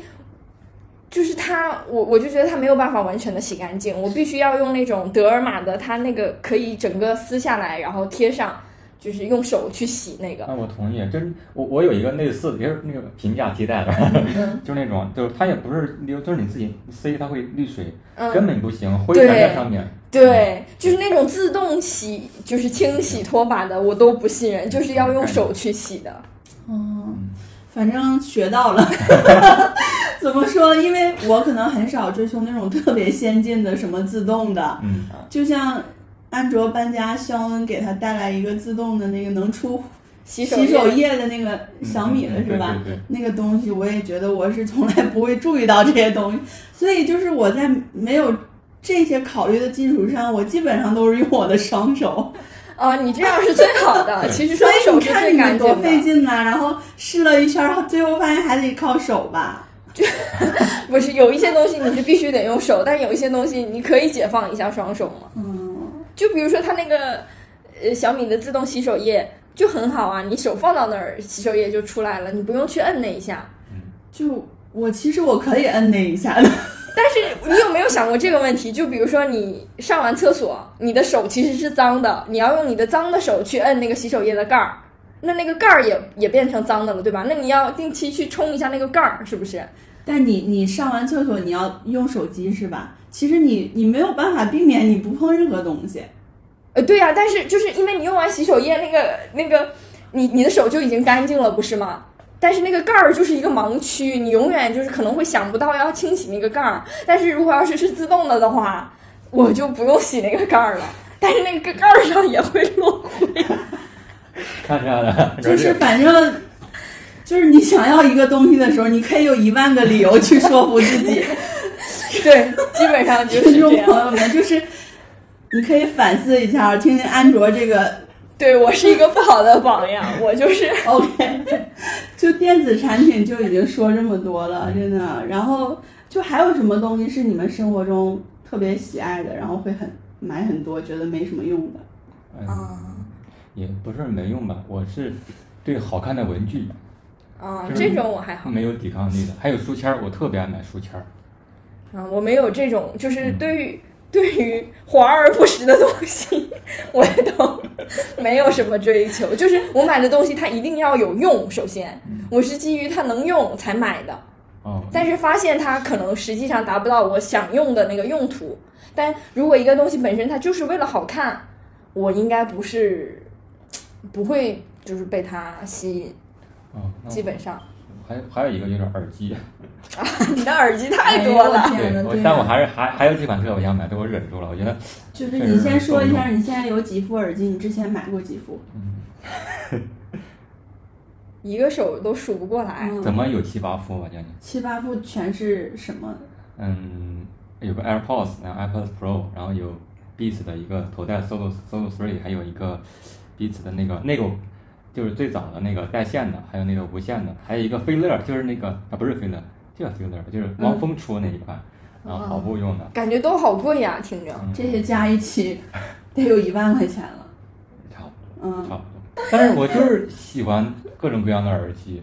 就是它，我我就觉得它没有办法完全的洗干净，我必须要用那种德尔玛的，它那个可以整个撕下来，然后贴上，就是用手去洗那个。啊，我同意，就是我我有一个类似的，也是那个平价替代的， 就是那种，就是它也不是，就是你自己塞，它会滤水，嗯，根本不行，灰对粘在上面。对，就是那种自动洗，就是清洗拖把的，我都不信任，就是要用手去洗的。哦，反正学到 了。怎么说？因为我可能很少追求那种特别先进的什么自动的，嗯，就像安卓搬家，肖恩给他带来一个自动的那个能出洗洗手手液液的那个嗯小米的是吧？嗯对对对那个东西我也觉得我是从来不会注意到这些东西，所以就是我在没有这些考虑的基础上，我基本上都是用我的双 手。啊，你这样是最 好的。其实所双以手你是看最你干们多净费的，劲呐、然后试了一圈，然后最后发现还得靠手吧。不是有一些东西你是必须得用手，但有一些东西你可以解放一下双手嘛。嗯，就比如说它那个呃小米的自动洗手液就很好啊，你手放到那儿，洗手液就出来了，你不用去摁那一下。就我其实我可以摁那一下的， 但是你有没有想过这个问题？就比如说你上完厕所，你的手其实是脏的，你要用你的脏的手去摁那个洗手液的盖儿，那那个盖儿也也变成脏的了，对吧？那你要定期去冲一下那个盖儿，是不是？但你你上完厕所你要用手机是吧？其实你你没有办法避免你不碰任何东西。呃，对呀、但是就是因为你用完洗手液那个那个，你你的手就已经干净了，不是吗？但是那个盖儿就是一个盲区，你永远就是可能会想不到要清洗那个盖儿。但是如果要是是自动的的话，我就不用洗那个盖儿了。但是那个盖儿上也会落灰，看出来了， 就是反正就是你想要一个东西的时候，你可以有一万个理由去说服自己。对，基本上就是听这众朋样。友们，就是你可以反思一下，听听安卓这 个对我是一个不好的榜样，我就是。 OK，就电子产品就已经说这么多嗯了，真的。然后就还有什么东西是你们生活中特别喜爱的，然后会很买很多，觉得没什么用的？嗯，也不是没用吧，我是对好看的文具啊，就是这种我还好，没有抵抗力的，还有书签儿，我特别爱买书签儿。啊，我没有这种，就是对于、对于华而不实的东西， 我都没有什么追求。就是我买的东西，它一定要有用。首先，我是基于它能用才买的，哦，但是发现它可能实际上达不到我想用的那个用途。但如果一个东西本身它就是为了好看，我应该不是不会就是被它吸引，哦，那我基本上。还有还有一个就是耳机， 你的耳机太多了。哎呦我天对，呐我对但我还是还还有几款特我想买，但我忍住了，我觉得就是你先说一下，你现在有几副耳机？你之前买过几副？一个手都数不过来，嗯怎么有七八副吧，将近。七八副全是什么？嗯，有个 AirPods，然后 AirPods Pro，然后有 Beats 的一个头戴 Solo Solo Three，还有一个 Beats 的那个那个就是最早的那个带线的，还有那个无线的，还有一个菲乐尔，就是那个啊不是菲乐尔，叫菲乐尔，就是嗯汪峰出的那一款，然后跑步用的，嗯感觉都好贵呀、听着。哦这些加一起得有一万块钱了。差不多嗯，差不多。但是我就是喜欢各种各样的耳机，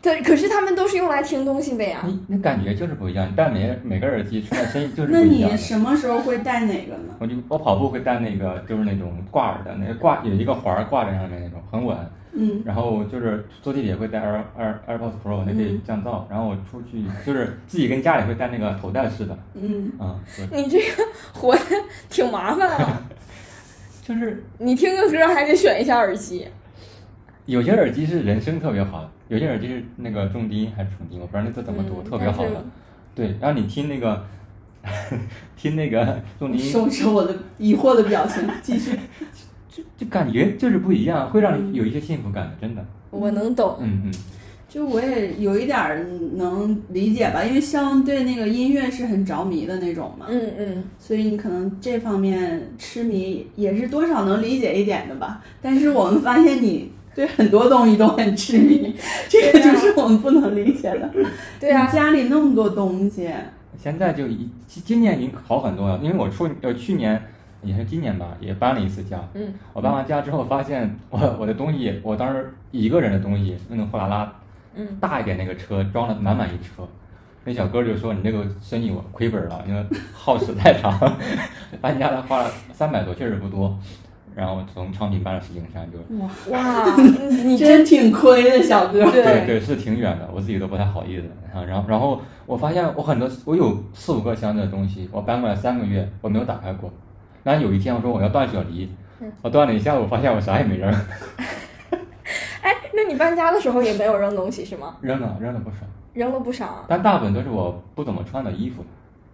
对，可是他们都是用来听东西的呀。你你感觉就是不一样，你戴每每个耳机出来声音就是那不一样你的。什么时候会戴哪个呢？我就我跑步会戴那个，就是那种挂耳的，那个挂有一个环儿挂在上面那种，很稳。嗯，然后就是坐地铁会戴 Air Air AirPods Pro，那可以降噪。然后我出去就是自己跟家里会戴那个头戴式的，嗯，嗯，对 你这个活的挺麻烦 啊，就是你听个歌还得选一下耳机。有些耳机是人声特别好的，有些耳机是那个重低音还是重低音，我不知道那字怎么读，嗯特别好但的是。对，然后你听那个 听那个重低音，收拾我的疑惑的表情，继续。就就感觉就是不一样，会让你有一些幸福感的，真的。我能懂，嗯嗯， 就我也有一点儿能理解吧，因为像对那个音乐是很着迷的那种嘛，嗯嗯，所以你可能这方面痴迷也是多少能理解一点的吧。但是我们发现你对很多东西都很痴迷，这个对啊就是我们不能理解的。对啊你，家里那么多东西，现在就一今今年已经好很多了，因为我出呃去年也是今年吧，也搬了一次家。嗯，我搬完家之后，发现 我我的东西，我当时一个人的东西，那种货拉拉嗯，大一点那个车装了满满一车。那小哥就说：“你这个生意我亏本了，因为耗时太长， 搬家的花了三百多，确实不多。”然后从昌平搬到石景山就，嗯 哇，你你真挺亏的，小哥。对对，对是挺远的，我自己都不太好意思。啊然后然后我发现我很多我有四五个箱子的东西，我搬过来三个月我没有打开过。然后有一天我说我要断舍离，我断了一下午，发现我啥也没扔，哎，那你搬家的时候也没有扔东西是吗？扔了扔了不少。扔了不少啊。但大部分都是我不怎么穿的衣服，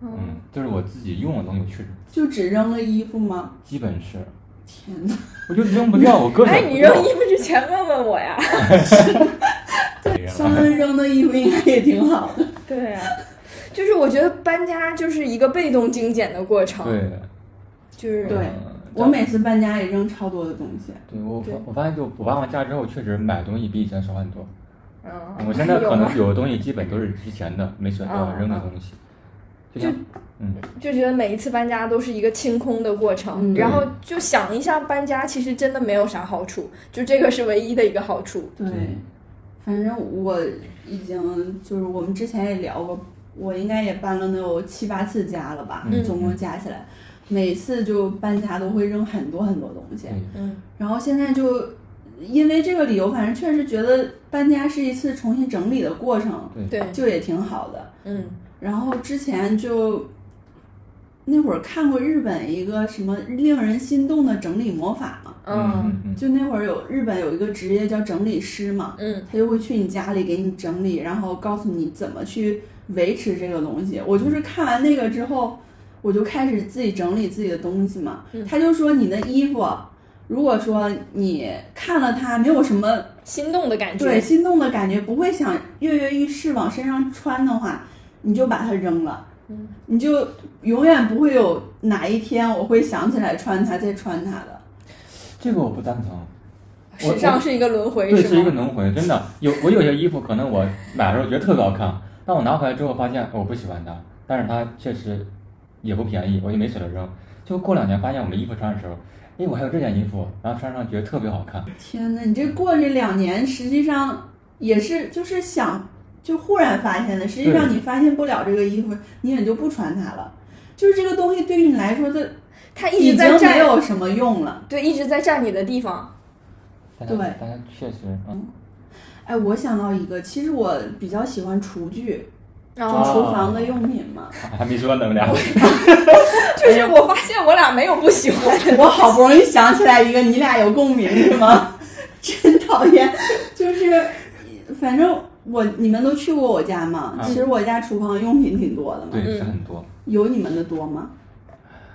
嗯，嗯，就是我自己用的东西，确实就只扔了衣服吗？基本是，天哪！我就扔不掉，我割舍哎，不你掉扔衣服之前问问我呀。别人肖了恩扔的衣服应该也挺好的。对 啊，就是我觉得搬家就是一个被动精简的过程，对就是对嗯我每次搬家也扔超多的东西。对我对发我发现就我搬完家之后，确实买东西比以前少很多。嗯，我现在有可吗能有的东西基本都是之前的没舍啊得扔的东西，就像嗯就觉得每一次搬家都是一个清空的过程，嗯然后就想一下搬家其实真的没有啥好处，就这个是唯一的一个好处。对，反正我已经就是我们之前也聊过，我应该也搬了能有七八次家了吧，嗯总共加起来，每次就搬家都会扔很多很多东西。对嗯然后现在就因为这个理由，反正确实觉得搬家是一次重新整理的过程，对，就也挺好的。嗯然后之前就那会儿看过日本一个什么令人心动的整理魔法嘛，嗯嗯嗯就那会儿有日本有一个职业叫整理师嘛，嗯他就会去你家里给你整理，然后告诉你怎么去维持这个东西。我就是看完那个之后，我就开始自己整理自己的东西嘛。嗯他就说你的衣服，如果说你看了它没有什么心动的感对觉。心动的感觉，不会想跃跃欲试往身上穿的话，你就把它扔了。嗯你就永远不会有哪一天我会想起来穿它再穿它的。这个我不赞成，我时尚是一个轮回，对，是是一个吗？轮回，真的有我有些衣服可能我买的时候觉得特别好看，但我拿回来之后发现我不喜欢它，但是它确实也不便宜，我就没舍得扔。就过两年发现我没衣服穿的时候，哎，我还有这件衣服，然后穿上觉得特别好看，天呐，你这过这两年，实际上也是就是想就忽然发现的。实际上你发现不了这个衣服，你也就不穿它了。就是这个东西对于你来说，它它一已直经哎在没占，有什么用了。对，一直在占你的地方。但它对但它确实，嗯，哎，我想到一个，其实我比较喜欢厨具，就哦，厨房的用品嘛。还没说呢，我们俩，就是我发现我俩没有不喜欢的。 我好不容易想起来一个，你俩有共鸣是吗？ 真讨厌，就是反正我你们都去过我家嘛，啊其实我家厨房用品挺多的嘛，对，是很多，有你们的多吗？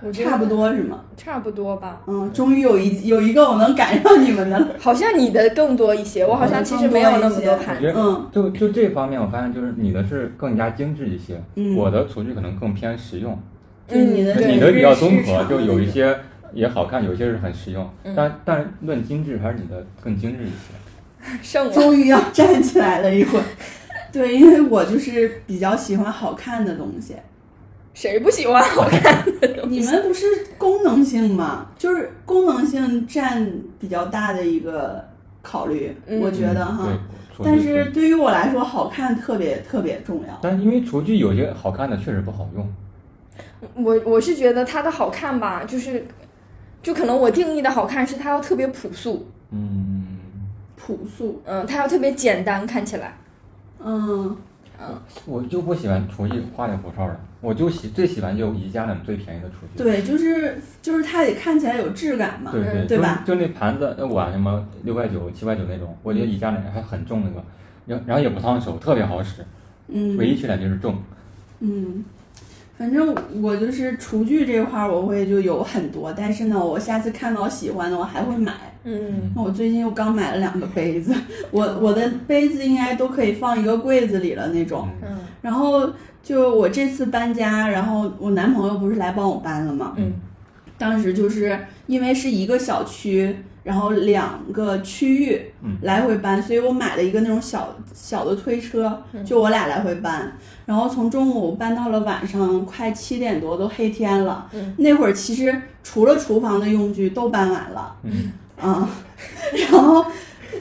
我觉得差不，多是吗？差不多吧。嗯，终于有一有一个我能赶上你们的了。好像你的更多一些，我好像其实没有那么多我盘觉得嗯就就这方面，我发现就是你的是更加精致一些，嗯，我的厨具可能更偏实用，就你的嗯对你的比较综日合，常就的有那一个些也好看，有些是很实用，嗯但但论精致还是你的更精致一些。剩了。终于要站起来了一会儿。 对，因为我就是比较喜欢好看的东西。谁不喜欢好看？ 你们不是功能性吗？就是功能性占比较大的一个考虑，嗯我觉得嗯哈。对，厨具但是，对于我来说，好看特别特别重要。但因为厨具有些好看的确实不好用，我我是觉得它的好看吧，就是，就可能我定义的好看是它要特别朴素，嗯，朴素，嗯，它要特别简单，看起来，嗯，我就不喜欢厨艺花里胡哨的，我就喜最喜欢就宜家那种最便宜的厨具。对，就是就是它得看起来有质感嘛。对嗯对对吧就？就那盘子、那碗什么六块九、七块九那种，我觉得宜家那还很重那个，然后然后也不烫手，特别好使，嗯，唯一缺点就是重。嗯，反正我就是厨具这块儿我会就有很多，但是呢，我下次看到喜欢的我还会买。嗯，那我最近又刚买了两个杯子，我我的杯子应该都可以放一个柜子里了那种。嗯嗯然后就我这次搬家，然后我男朋友不是来帮我搬了吗？嗯当时就是因为是一个小区，然后两个区域嗯来回搬，所以我买了一个那种小小的推车，就我俩来回搬。然后从中午搬到了晚上快七点多，都黑天了。嗯那会儿其实除了厨房的用具都搬完了，嗯 啊，然后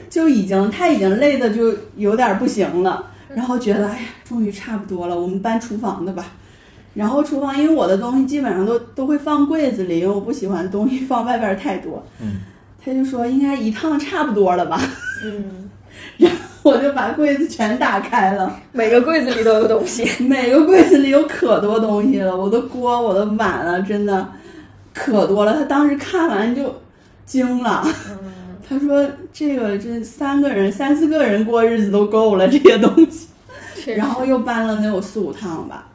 就已经他已经累的就有点不行了，然后觉得哎呀，终于差不多了，我们搬厨房的吧。然后厨房，因为我的东西基本上都都会放柜子里，因为我不喜欢东西放外边儿太多。嗯，他就说应该一趟差不多了吧， 嗯，我就把柜子全打开了，每个柜子里都有东 西。每个柜子里有可多东西了，我的锅、我的碗啊，真的可多了。他当时看完就惊了，他说这个这三个人、三四个人过日子都够了这 些东西，然后又搬了能有四五趟吧，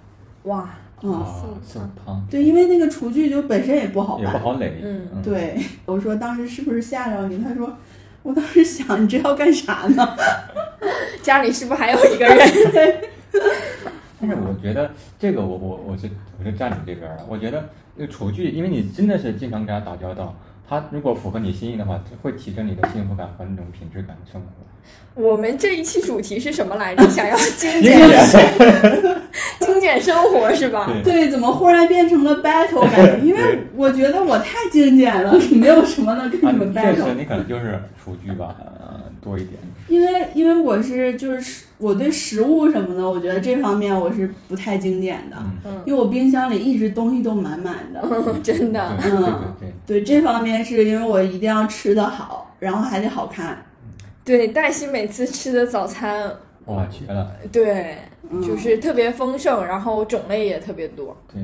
哇，嗯，啊，四五汤对，因为那个厨具就本身也不好也搬不，好垒，嗯嗯，对，我说当时是不是吓着你？他说，我当时想你这要干啥呢？ 家里是不是还有一个人？ 但是我觉得这个我我我是我是站你这边儿的，我觉得那个厨具，因为你真的是经常跟他打交道，他如果符合你心意的话，会提升你的幸福感和那种品质感的生活。我们这一期主题是什么来着？ 想要哎精也简精简生活是吧？对对，怎么忽然变成了 battle 感觉？因为我觉得我太精简了，没有什么能跟啊，你们你确 battle 实。你可能就是厨具吧，呃，多一点。因为因为我是就是我对食物什么的，我觉得这方面我是不太精简的，嗯因为我冰箱里一直东西都满满的。嗯 真啊对的，对嗯对对，对这方面是因为我一定要吃得好，然后还得好看。对黛西每次吃的早餐，哇，绝了！对，嗯、就是特别丰盛，然后种类也特别多。对，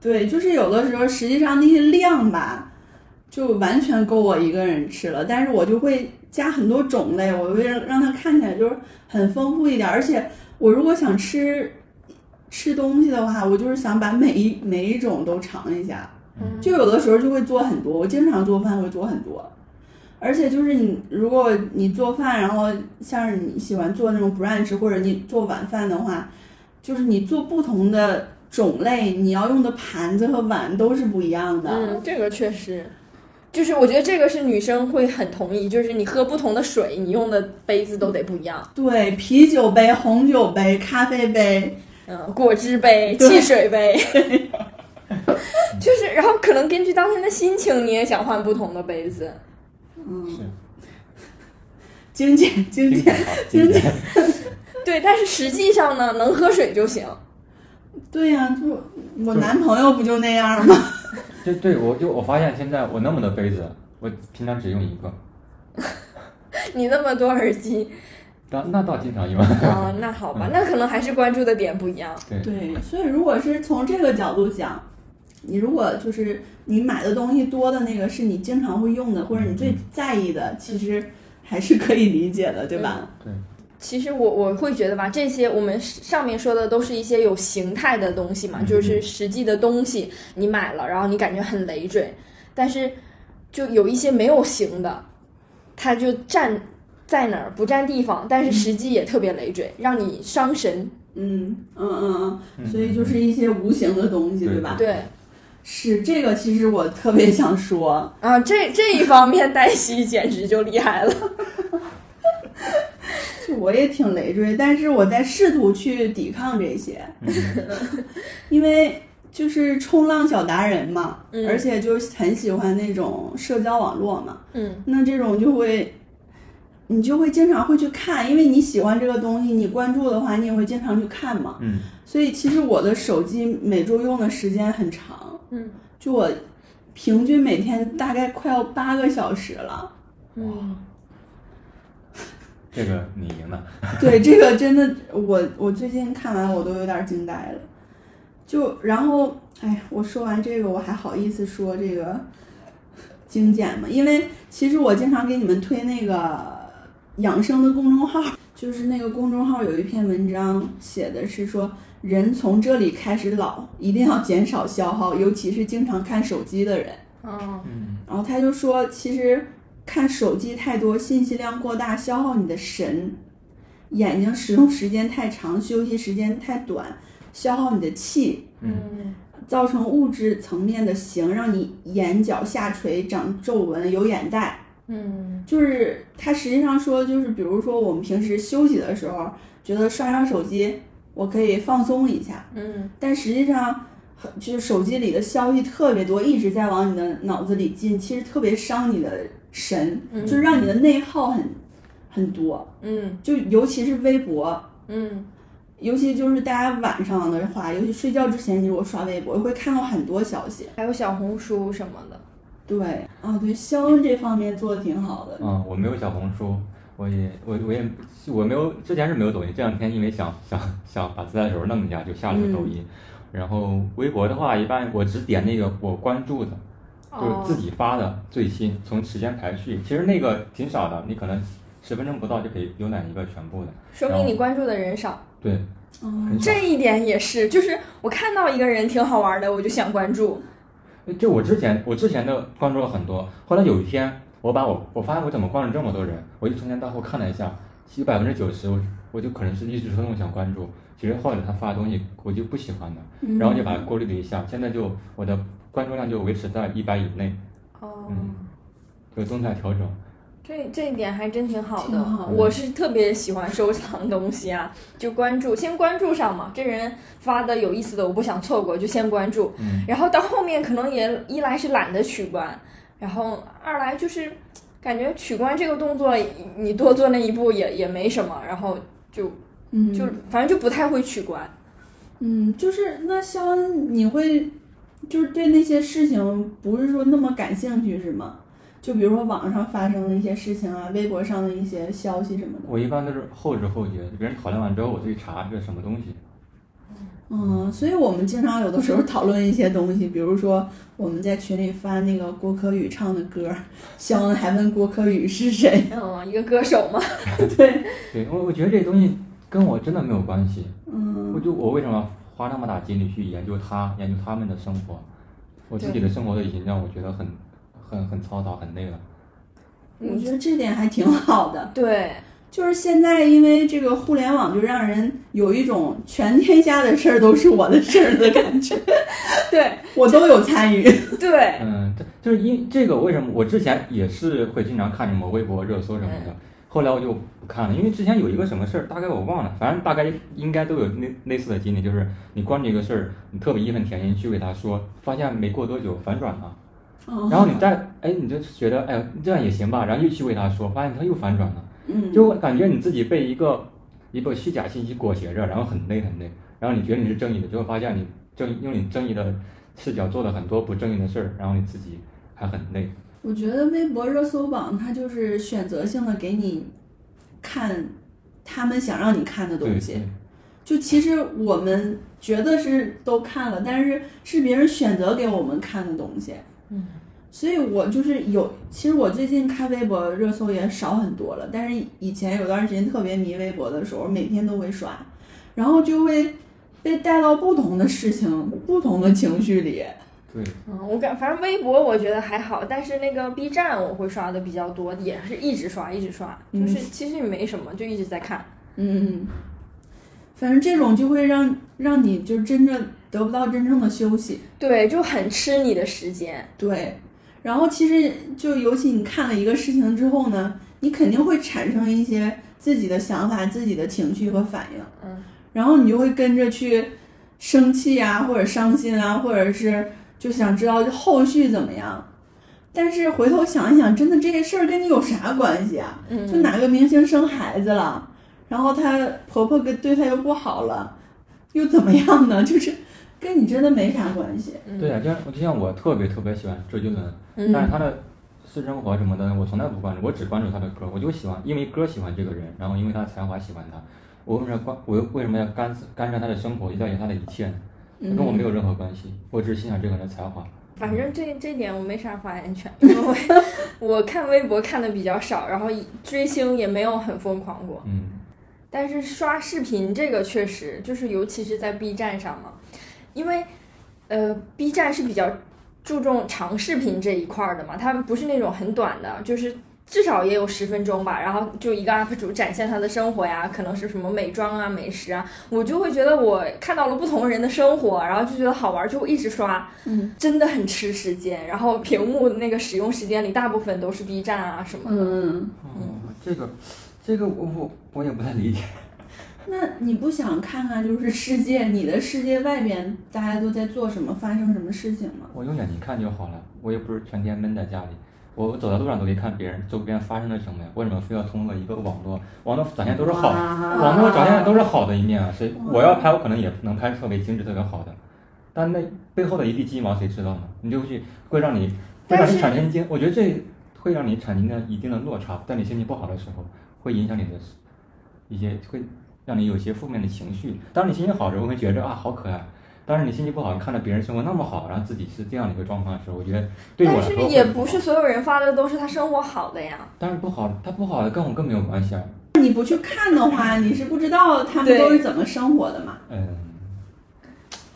对，就是有的时候实际上那些量吧，就完全够我一个人吃了，但是我就会加很多种类，我会让让它看起来就是很丰富一点。而且我如果想吃吃东西的话，我就是想把每一每一种都尝一下。嗯嗯就有的时候就会做很多，我经常做饭会做很多。而且就是你，如果你做饭，然后像是你喜欢做那种 brunch 或者你做晚饭的话，就是你做不同的种类，你要用的盘子和碗都是不一样的。嗯，这个确实，就是我觉得这个是女生会很同意，就是你喝不同的水，你用的杯子都得不一样。对，啤酒杯、红酒杯、咖啡杯，嗯，果汁杯、对汽水杯，就是，然后可能根据当天的心情，你也想换不同的杯子。嗯，是精简精经简。典啊，经典。对，但是实际上呢，能喝水就行。对呀、就我男朋友不就那样吗？就对我就我发现现在我那么多杯子，我平常只用一个，你那么多耳机那那倒经常用。啊、那好吧，那可能还是关注的点不一样。对，所以如果是从这个角度讲，你如果就是你买的东西多的那个是你经常会用的，或者你最在意的，其实还是可以理解的，对吧？其实我我会觉得吧，这些我们上面说的都是一些有形态的东西嘛，就是实际的东西，你买了，然后你感觉很累赘，但是就有一些没有形的，它就占在哪儿不占地方，但是实际也特别累赘，让你伤神。嗯嗯嗯嗯嗯，所以就是一些无形的东西，对对吧？对是这个，其实我特别想说，啊，这这一方面黛西简直就厉害了。就我也挺累赘，但是我在试图去抵抗这嗯些，因为就是冲浪小达人嘛，嗯而且就很喜欢那种社交网络嘛，嗯那这种就会，你就会经常会去看，因为你喜欢这个东西，你关注的话，你也会经常去看嘛。嗯所以其实我的手机每周用的时间很长，嗯就我平均每天大概快要八个小时了。嗯，这个你赢了。对，这个真的，我我最近看完我都有点惊呆了。就然后，哎，我说完这个，我还好意思说这个精简吗？因为其实我经常给你们推那个养生的公众号，就是那个公众号有一篇文章写的是说，人从这里开始老，一定要减少消耗，尤其是经常看手机的人。哦，嗯然后他就说，其实看手机太多，信息量过大，消耗你的神；眼睛使用时间太长，休息时间太短，消耗你的气，嗯造成物质层面的形，让你眼角下垂、长皱纹、有眼袋。嗯就是他实际上说，就是比如说我们平时休息的时候，觉得刷刷手机，我可以放松一下，嗯但实际上，就是手机里的消息特别多，一直在往你的脑子里进，其实特别伤你的神，嗯就是让你的内耗很很多。嗯就尤其是微博，嗯尤其就是大家晚上的话，尤其睡觉之前，你如果刷微博，会看到很多消息。还有小红书什么的。对，啊，对，肖恩这方面做的挺好的。嗯，我没有小红书，我也我我也我没有之前是没有抖音，这两天因为想 想想把自来熟弄一下，就下了个抖音。然后微博的话，一般我只点那个我关注的，哦就是自己发的最新，从时间排序。其实那个挺少的，你可能十分钟不到就可以浏览一个全部的。说明你关注的人少，对，哦很少。这一点也是，就是我看到一个人挺好玩的，我就想关注。就我之前我之前的关注了很多，后来有一天我把我我发现我怎么关注这么多人，我就从前到后看了一下，其实百分之九十我我就可能是一时冲动想关注，其实后来他发的东西我就不喜欢的，嗯然后就把它过滤了一下，现在就我的关注量就维持在一百以内，哦嗯就动态调整。这这一点还真挺好挺的，好的我是特别喜欢收藏东西啊，就关注，先关注上嘛。这人发的有意思的，我不想错过，就先关注。嗯然后到后面可能也一来是懒得取关，然后二来就是感觉取关这个动作，你多做那一步也也没什么，然后就嗯，就反正就不太会取关。嗯，就是那肖恩，你会就是对那些事情不是说那么感兴趣是吗？就比如说网上发生的一些事情啊，微博上的一些消息什么的。我一般都是后知后觉，别人讨论完之后我就去查这是什么东西。嗯，所以我们经常有的时候讨论一些东西，比如说我们在群里发那个郭柯宇唱的歌，肖恩还问郭柯宇是谁。嗯，一个歌手嘛，对，对我我觉得这东西跟我真的没有关系，我嗯就我为什么花那么大精力去研究他，研究他们的生活？我自己的生活都已经让我觉得很、很、很嘈杂、很累了。我觉得这点还挺好的。对，就是现在，因为这个互联网，就让人有一种全天下的事儿都是我的事儿的感觉，对我都有参与。对，嗯，这就是因这个为什么我之前也是会经常看什么微博热搜什么的，后来我就不看了，因为之前有一个什么事儿，大概我忘了，反正大概应该都有类类似的经历，就是你关注一个事儿，你特别义愤填膺去给他说，发现没过多久反转了，哦然后你再哎你就觉得哎这样也行吧，然后又去为他说，发现他又反转了。嗯，就感觉你自己被一个一个虚假信息裹挟着，然后很累很累，然后你觉得你是正义的，结果发现你正用你正义的视角做了很多不正义的事儿，然后你自己还很累。我觉得微博热搜榜它就是选择性的给你看他们想让你看的对东西。就其实我们觉得是都看了，但是是别人选择给我们看的东西。嗯，所以我就是有，其实我最近看微博热搜也少很多了，但是以前有段时间特别迷微博的时候，每天都会刷，然后就会被带到不同的事情、不同的情绪里。对，嗯，我感反正微博我觉得还好，但是那个 B 站我会刷的比较多，也是一直刷一直刷，就嗯是其实也没什么，就一直在看。嗯，反正这种就会让让你就真正得不到真正的休息。对，就很吃你的时间。对，然后其实就尤其你看了一个事情之后呢，你肯定会产生一些自己的想法、自己的情绪和反应，嗯，然后你就会跟着去生气啊，或者伤心啊，或者是就想知道后续怎么样。但是回头想一想，真的这些事儿跟你有啥关系啊？嗯就哪个明星生孩子了，然后她婆婆跟对她又不好了，又怎么样呢？ 就是跟你真的没啥关系。对啊，就像就像我特别特别喜欢周杰伦，嗯但是他的私生活什么的我从来不关注，我只关注他的歌，我就喜欢，因为歌喜欢这个人，然后因为他的才华喜欢他。我为什么要关？我又为什么要干干涉他的生活，要解他的一切呢？嗯跟我没有任何关系，我只是欣赏这个人的才华。反正这这点我没啥发言权，因为我 我看微博看的比较少，然后追星也没有很疯狂过。嗯，但是刷视频这个确实就是，尤其是在 B 站上嘛，因为呃，B 站是比较注重长视频这一块儿的嘛，他们不是那种很短的，就是至少也有十分钟吧，然后就一个 UP 主展现他的生活呀，可能是什么美妆啊、美食啊，我就会觉得我看到了不同人的生活，然后就觉得好玩，就一直刷，嗯，真的很吃时间。然后屏幕那个使用时间里，大部分都是 B 站啊什么的。嗯，哦，这个，这个我我我也不太理解。那你不想看看就是世界，你的世界外边大家都在做什么，发生什么事情吗？我用眼睛看就好了，我又不是全天闷在家里。我走在路上都可以看别人周边发生了什么呀？为什么非要通过一个网络？网络展现都是好，哇网络展现的都是好的一面啊。所以我要拍，我可能也能拍特别精致、特别好的，但那背后的一地鸡毛谁知道呢？你就去会让你会让但你是产生一定，我觉得这会让你产生一定的落差。在你心情不好的时候，会影响你的一些，会让你有些负面的情绪。当你心情好的时候，会觉得啊好可爱。但是你心情不好，看到别人生活那么好，然后自己是这样的一个状况的时候，我觉得对我但来是说也会不好是所有人发的都是他生活好的呀。当然不好，他不好的跟我更没有关系啊。你不去看的话，你是不知道他们对都是怎么生活的嘛。嗯，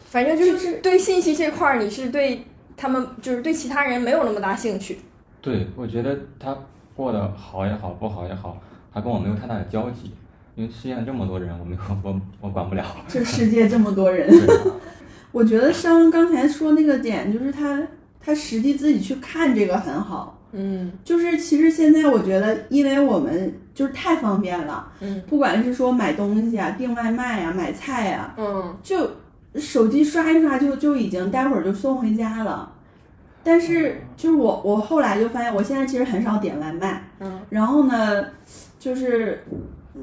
反正就是对信息这块儿，你是对他们就是对其他人没有那么大兴趣。嗯对，我觉得他过得好也好，不好也好，他跟我没有太大的交集，因为世界上这么多人，我没有我我管不了。这世界这么多人，对我觉得商刚才说那个点，就是他他实际自己去看这个很好。嗯就是其实现在我觉得，因为我们就是太方便了，嗯不管是说买东西啊、订外卖啊、买菜啊，嗯，就手机刷一刷就就已经待会儿就送回家了。但是就是我我后来就发现，我现在其实很少点外卖，嗯，然后呢，就是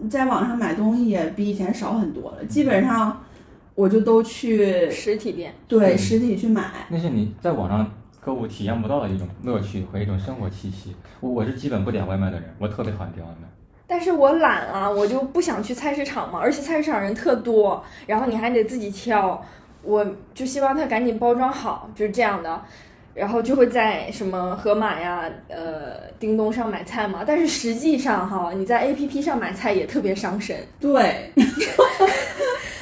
在网上买东西也比以前少很多了，基本上我就都去实体店。对嗯实体去买。那是你在网上购物体验不到的一种乐趣和一种生活气息。我我是基本不点外卖的人，我特别讨厌点外卖。但是我懒啊，我就不想去菜市场嘛，而且菜市场人特多，然后你还得自己挑，我就希望它赶紧包装好，就是这样的。然后就会在什么盒马呀、呃叮咚上买菜嘛，但是实际上哈，你在 A P P 上买菜也特别伤身，对，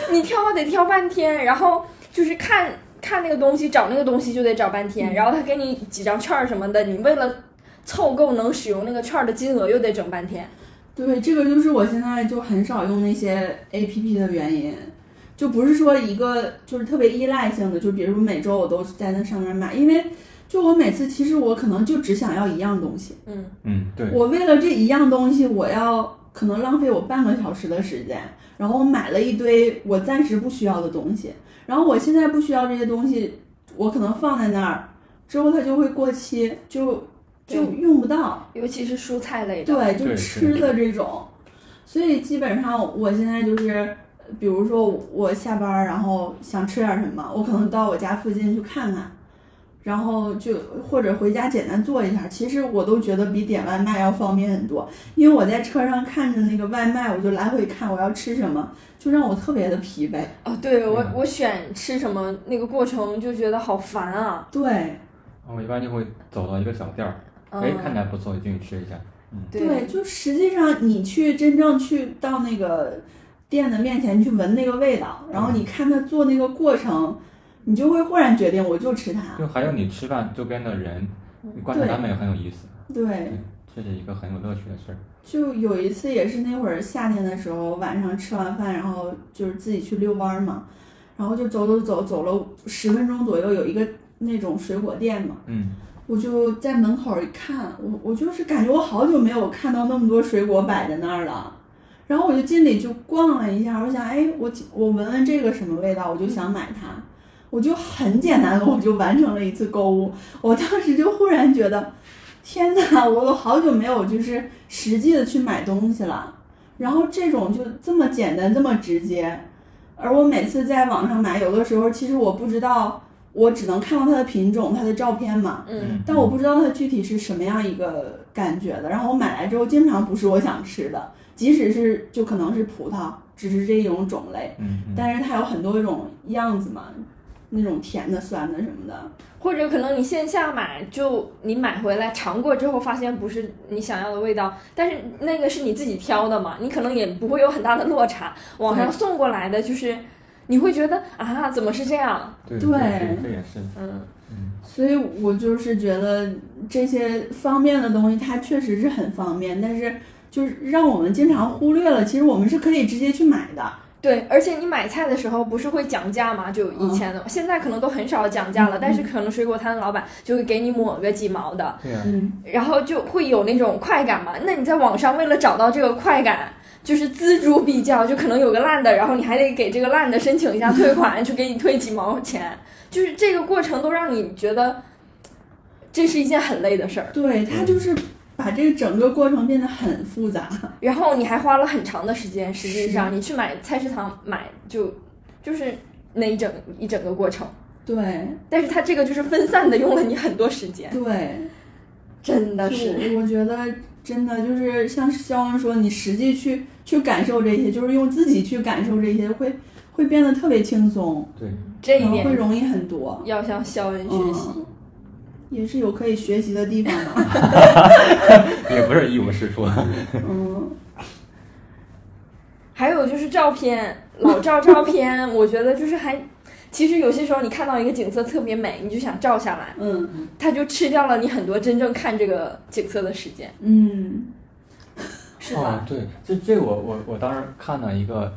你挑得挑半天，然后就是看看那个东西，找那个东西就得找半天，然后他给你几张券儿什么的，你为了凑够能使用那个券儿的金额，又得整半天。对，这个就是我现在就很少用那些 A P P 的原因，就不是说一个就是特别依赖性的，就比如每周我都在那上面买，因为就我每次其实我可能就只想要一样东西，嗯，嗯，对，我为了这一样东西，我要可能浪费我半个小时的时间，然后我买了一堆我暂时不需要的东西，然后我现在不需要这些东西，我可能放在那儿之后它就会过期，就就用不到。尤其是蔬菜类的。对，就是对吃的这种。所以基本上我现在就是，比如说我下班儿，然后想吃点什么，我可能到我家附近去看看，然后就或者回家简单做一下。其实我都觉得比点外卖要方便很多，因为我在车上看着那个外卖，我就来回看我要吃什么，就让我特别的疲惫。哦，对我嗯我选吃什么那个过程就觉得好烦啊。对我一般就会走到一个小店儿，哦嗯，哎，看起来不错，就进去吃一下。对，就实际上你去真正去到那个店的面前，你去闻那个味道，然后你看他做那个过程，你就会忽然决定我就吃它。就还有你吃饭周边的人，你观察他们也很有意思，嗯对，这是一个很有乐趣的事儿。就有一次也是那会儿夏天的时候，晚上吃完饭，然后就是自己去遛弯儿嘛，然后就走走走走了十分钟左右，有一个那种水果店嘛，嗯，我就在门口一看，我我就是感觉我好久没有看到那么多水果摆在那儿了。然后我就进里就逛了一下，我想，哎，我我闻闻这个什么味道，我就想买它。我就很简单的，我就完成了一次购物。我当时就忽然觉得，天哪，我我好久没有就是实际的去买东西了。然后这种就这么简单，这么直接。而我每次在网上买，有的时候其实我不知道，我只能看到它的品种、它的照片嘛。嗯，但我不知道它具体是什么样一个感觉的。然后我买来之后，经常不是我想吃的，即使是就可能是葡萄，只是这一种种类，嗯嗯，但是它有很多种样子嘛，那种甜的、酸的什么的。或者可能你线下买，就你买回来尝过之后，发现不是你想要的味道，但是那个是你自己挑的嘛，你可能也不会有很大的落差。网上送过来的，就是你会觉得啊，怎么是这样？对对这也是嗯，所以我就是觉得这些方便的东西，它确实是很方便，但是就是让我们经常忽略了，其实我们是可以直接去买的。对，而且你买菜的时候不是会讲价吗？就以前的，现在可能都很少讲价了，但是可能水果摊的老板就会给你抹个几毛的，对啊呀、嗯，然后就会有那种快感嘛。那你在网上为了找到这个快感，就是锱铢必较，就可能有个烂的，然后你还得给这个烂的申请一下退款，就给你退几毛钱，就是这个过程都让你觉得这是一件很累的事儿，对，它就是把这个整个过程变得很复杂。然后你还花了很长的时间，实际是上你去买菜市场买就就是那一整一整个过程。对但是它这个就是分散的用了你很多时间，对，真的。就是我觉得真的就是像肖恩说，你实际去去感受这些，就是用自己去感受这些，会会变得特别轻松，对，这一然后会点容易很多。要向肖恩学习。嗯，也是有可以学习的地方的。也不是一无 是处。嗯，还有就是照片，老照照片，我觉得就是还，其实有些时候你看到一个景色特别美，你就想照下来，嗯它就吃掉了你很多真正看这个景色的时间，嗯，是哦吧？，对，这这我我我当时看了一个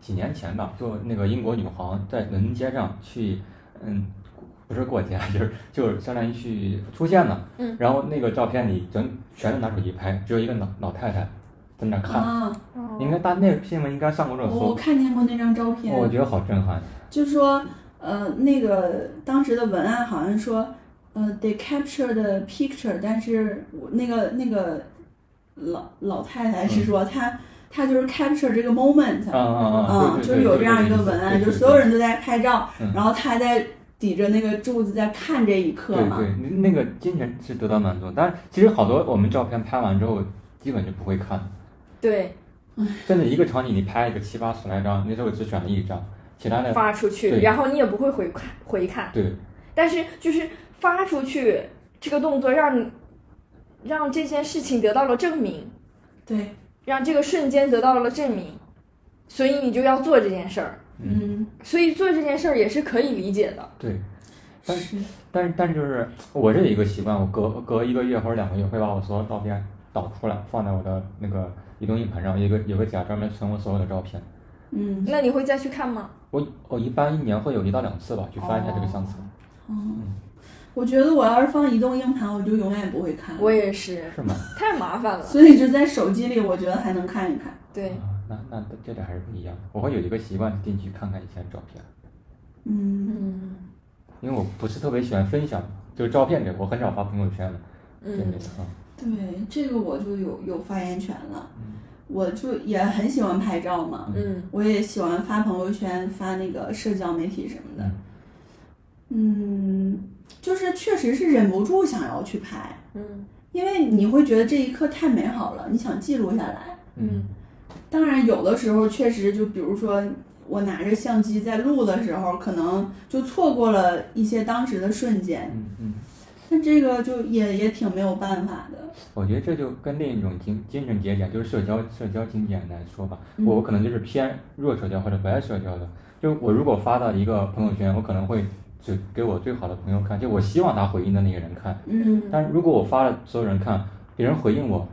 几年前吧，就那个英国女皇在伦敦街上去，嗯，不是过街，就是就是相当于去出现了。嗯。然后那个照片里全全都拿手机拍，只有一个老老太太在那看。啊，应该大那个新闻应该上过热我我搜，看见过那张照片，哦我觉得好震撼。就说呃，那个当时的文案好像说，呃，they capture the picture，但是我那个那个老老太太是说她、她就是 capture 这个 moment，嗯嗯啊嗯，对就对是对有这样一个对对文案，对就对所有人都在拍照，嗯然后她还在抵着那个柱子在看这一刻对嘛，对，那那个精神是得到满足，但是其实好多我们照片拍完之后，基本就不会看，对，甚至一个场景你拍一个七八十来张，那时候只选了一张，其他的发出去，哎对然后你也不会回看回看，对但是就是发出去这个动作让你让这件事情得到了证明，对，让这个瞬间得到了证明，所以你就要做这件事儿。嗯嗯，所以做这件事儿也是可以理解的。对，但是嗯但是但是就是我这有一个习惯，我隔隔一个月或者两个月会把我所有照片导出来，放在我的那个移动硬盘上，有一个有个夹专门存我所有的照片。嗯，那你会再去看吗？我我一般一年会有一到两次吧，去翻一下这个相册，哦，嗯我觉得我要是放移动硬盘，我就永远不会看，我也是，是吗？太麻烦了。所以就在手机里，我觉得还能看一看。对，啊，那那这点还是不一样。我会有一个习惯，进去看看以前的照片，嗯嗯因为我不是特别喜欢分享，就是照片这个，我很少发朋友圈了，对嗯那个啊，，对，这个我就有有发言权了嗯。我就也很喜欢拍照嘛，嗯，我也喜欢发朋友圈、发那个社交媒体什么的嗯。嗯，就是确实是忍不住想要去拍，嗯因为你会觉得这一刻太美好了，你想记录下来。嗯当然，有的时候确实就比如说我拿着相机在录的时候，可能就错过了一些当时的瞬间。嗯嗯，但这个就也也挺没有办法的。我觉得这就跟另一种精精神节点，就是社交社交经典来说吧，嗯我可能就是偏弱社交或者不爱社交的，就我如果发到一个朋友圈，我可能会只给我最好的朋友看，就我希望他回应的那个人看。嗯，但如果我发了所有人看，别人回应我，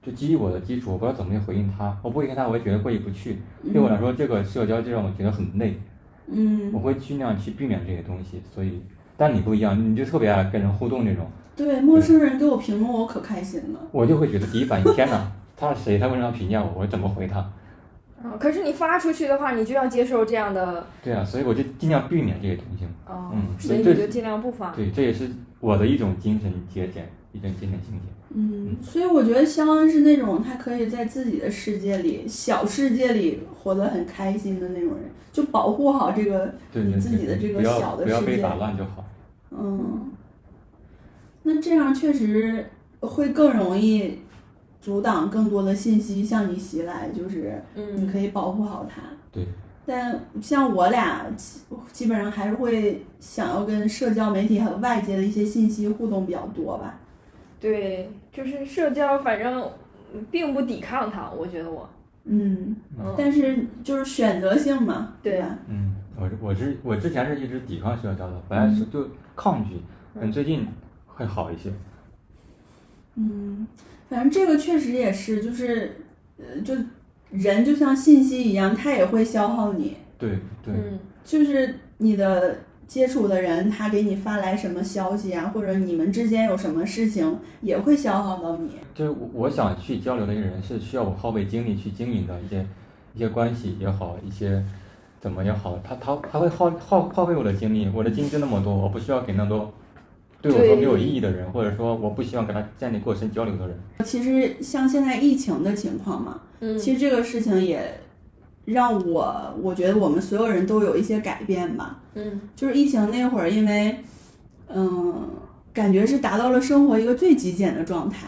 就基于我的基础，我不知道怎么去回应他，我不回应他，我也觉得过意不去。对我来说，这个社交就让我觉得很累，我嗯，会尽量去避免这些东西。所以，但你不一样，你就特别爱跟人互动这种，对，陌生人给我评论，我可开心了。嗯我就会觉得第一反应，天哪，他是谁？他为什么要评价我？我怎么回他？啊，可是你发出去的话，你就要接受这样的，对啊，所以我就尽量避免这些东西。啊，嗯所以这你就尽量不发。对，这也是我的一种精神节点，一种精神境界。嗯，所以我觉得肖恩是那种他可以在自己的世界里、小世界里活得很开心的那种人，就保护好这个对你对自己的这对，个不小要的不要世被界打。乱就好。嗯，那这样确实会更容易阻挡更多的信息向你袭来，就是你嗯可以保护好它。对，但像我俩基基本上还是会想要跟社交媒体和外界的一些信息互动比较多吧。对，就是社交，反正并不抵抗它，我觉得我，嗯，嗯，但是就是选择性嘛，对吧？嗯，我是我是我之前是一直抵抗社交的，本来是就抗拒，但最近会好一些。嗯，反正这个确实也是，就是呃，就人就像信息一样，它也会消耗你。对对，嗯，就是你的接触的人，他给你发来什么消息啊，或者你们之间有什么事情，也会消耗到你。就是我我想去交流的一个人是需要我耗费精力去经营的一些一些关系也好，一些怎么也好，他他他会耗耗耗费我的精力，我的精力就那么多，我不需要给那么多对我说没有意义的人，或者说我不希望跟他建立过深交流的人。其实像现在疫情的情况嘛，嗯其实这个事情也让我我觉得我们所有人都有一些改变吧。嗯就是疫情那会儿，因为嗯，感觉是达到了生活一个最极简的状态，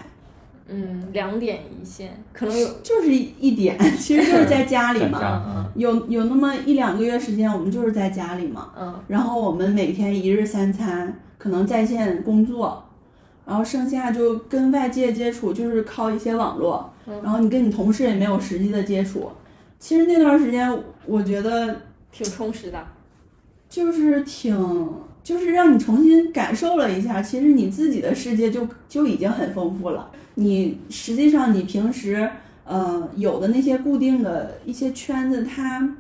嗯，两点一线，可能有就是一点， 其实就是在家里在嘛。家，嗯，有有那么一两个月时间，我们就是在家里嘛。嗯然后我们每天一日三餐，可能在线工作，然后剩下就跟外界接触，就是靠一些网络。嗯然后你跟你同事也没有实际的接触。其实那段时间，我觉得挺充实的，就是挺，就是让你重新感受了一下，其实你自己的世界就就已经很丰富了。你实际上你平时呃有的那些固定的一些圈子，它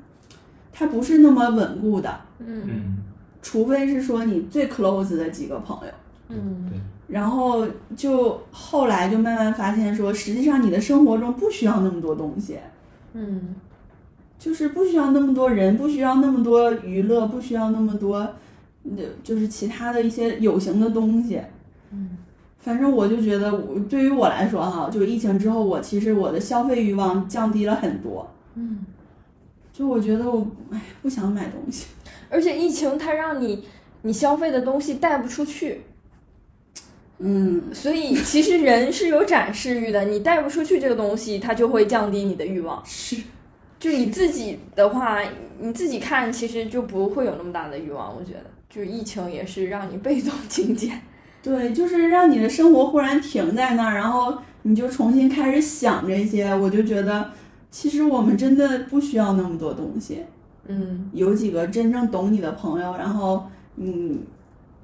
它不是那么稳固的，嗯嗯，除非是说你最 close 的几个朋友。嗯然后就后来就慢慢发现说，实际上你的生活中不需要那么多东西，嗯就是不需要那么多人，不需要那么多娱乐，不需要那么多，呃，就是其他的一些有形的东西。嗯，反正我就觉得我，对于我来说哈、就疫情之后，我其实我的消费欲望降低了很多。嗯，就我觉得我哎不想买东西，而且疫情它让你你消费的东西带不出去，嗯，所以其实人是有展示欲的，你带不出去这个东西，它就会降低你的欲望。是就你自己的话，你自己看，其实就不会有那么大的欲望。我觉得，就是疫情也是让你被动精简。对，就是让你的生活忽然停在那儿，然后你就重新开始想这些。我就觉得，其实我们真的不需要那么多东西。 嗯有几个真正懂你的朋友，然后嗯，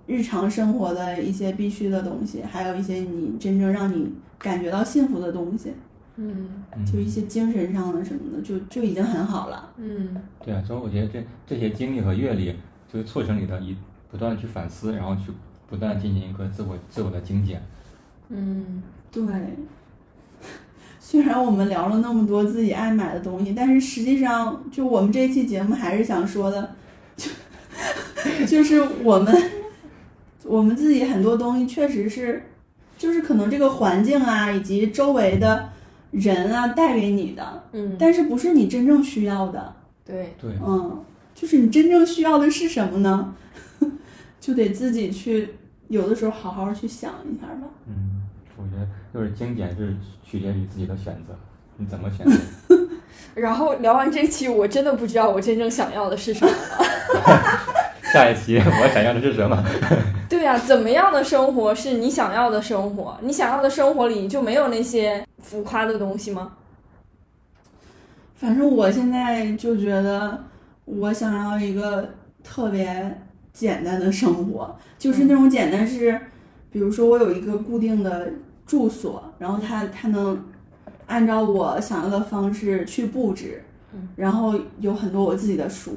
日常生活的一些必须的东西，还有一些你真正让你感觉到幸福的东西，嗯就一些精神上的什么的，就就已经很好了。嗯对啊，所以我觉得这这些经历和阅历，就是促成你的一不断地去反思，然后去不断地进行一个自我自我的精简。嗯对，虽然我们聊了那么多自己爱买的东西，但是实际上，就我们这一期节目还是想说的，就就是我们我们自己很多东西确实是，就是可能这个环境啊，以及周围的人啊带给你的，嗯，但是不是你真正需要的，对，对，嗯，就是你真正需要的是什么呢？ 就得自己去，有的时候好好去想一下吧。嗯，我觉得就是精简是取决于自己的选择，你怎么选择？然后聊完这期，我真的不知道我真正想要的是什么。下一 期我想要的是什么？对呀、怎么样的生活是你想要的生活？你想要的生活里就没有那些浮夸的东西吗？反正我现在就觉得，我想要一个特别简单的生活，就是那种简单是，比如说我有一个固定的住所，然后它它能按照我想要的方式去布置嗯，然后有很多我自己的书，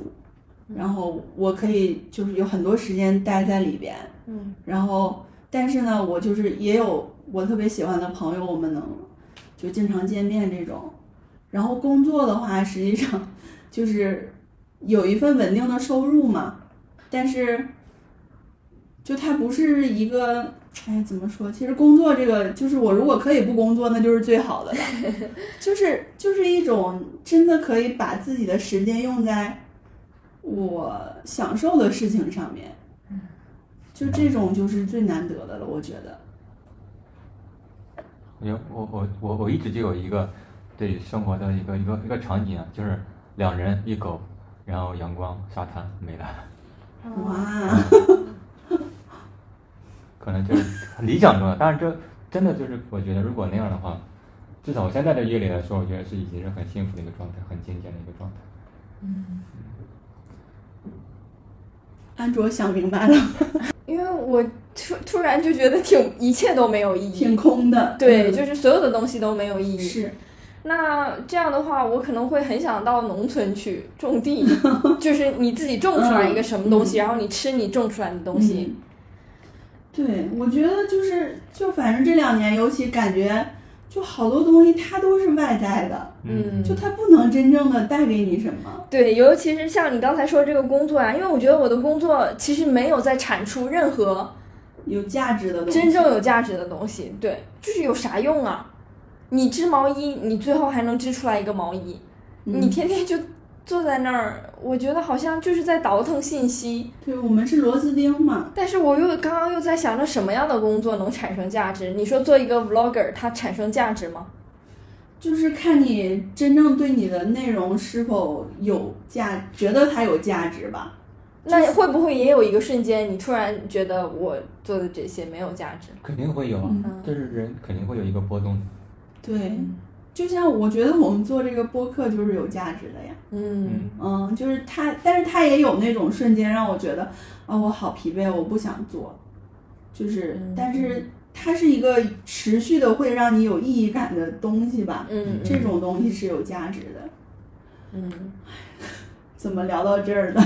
然后我可以就是有很多时间待在里边，嗯然后但是呢，我就是也有我特别喜欢的朋友，我们能就经常见面这种。然后工作的话，实际上就是有一份稳定的收入嘛，但是就它不是一个，哎，怎么说？其实工作这个，就是我如果可以不工作，那就是最好的了，就是就是一种真的可以把自己的时间用在我享受的事情上面。就这种就是最难得的了，我觉得。我觉得我我我我一直就有一个对生活的一个一个一个场景啊，就是两人一狗，然后阳光沙滩没了，嗯嗯哇，可能就是理想中的，但是这真的就是我觉得如果那样的话，至少我现在的阅历来说，我觉得是已经是很幸福的一个状态，很精简的一个状态。安卓想明白了，因为我突突然就觉得挺一切都没有意挺义，空的。嗯对，嗯就是所有的东西都没有意义。是那这样的话，我可能会很想到农村去 种地，就是你自己种出来一个什么东西，然后你吃你种出来的东西。嗯对，我觉得就是就反正这两年，尤其感觉就好多东西它都是外在的，嗯就它不能真正的带给你什么。对，尤其是像你刚才说这个工作啊，因为我觉得我的工作其实没有在产出任何有价值的东西，真正有价值的东西。对，就是有啥用啊？你织毛衣，你最后还能织出来一个毛衣，嗯你天天就坐在那儿，我觉得好像就是在倒腾信息。对我们是螺丝钉嘛，但是我又刚刚又在想着什么样的工作能产生价值？你说做一个 vlogger，它产生价值吗？就是看你真正对你的内容是否有价，觉得它有价值吧。那会不会也有一个瞬间，你突然觉得我做的这些没有价值？肯定会有啊，嗯，嗯，就是人肯定会有一个波动的。对，就像我觉得我们做这个播客就是有价值的呀。嗯，嗯，就是它，但是它也有那种瞬间让我觉得啊、我好疲惫，我不想做。就是，嗯但是它是一个持续的会让你有意义感的东西吧。嗯这种东西是有价值的。嗯，怎么聊到这儿了？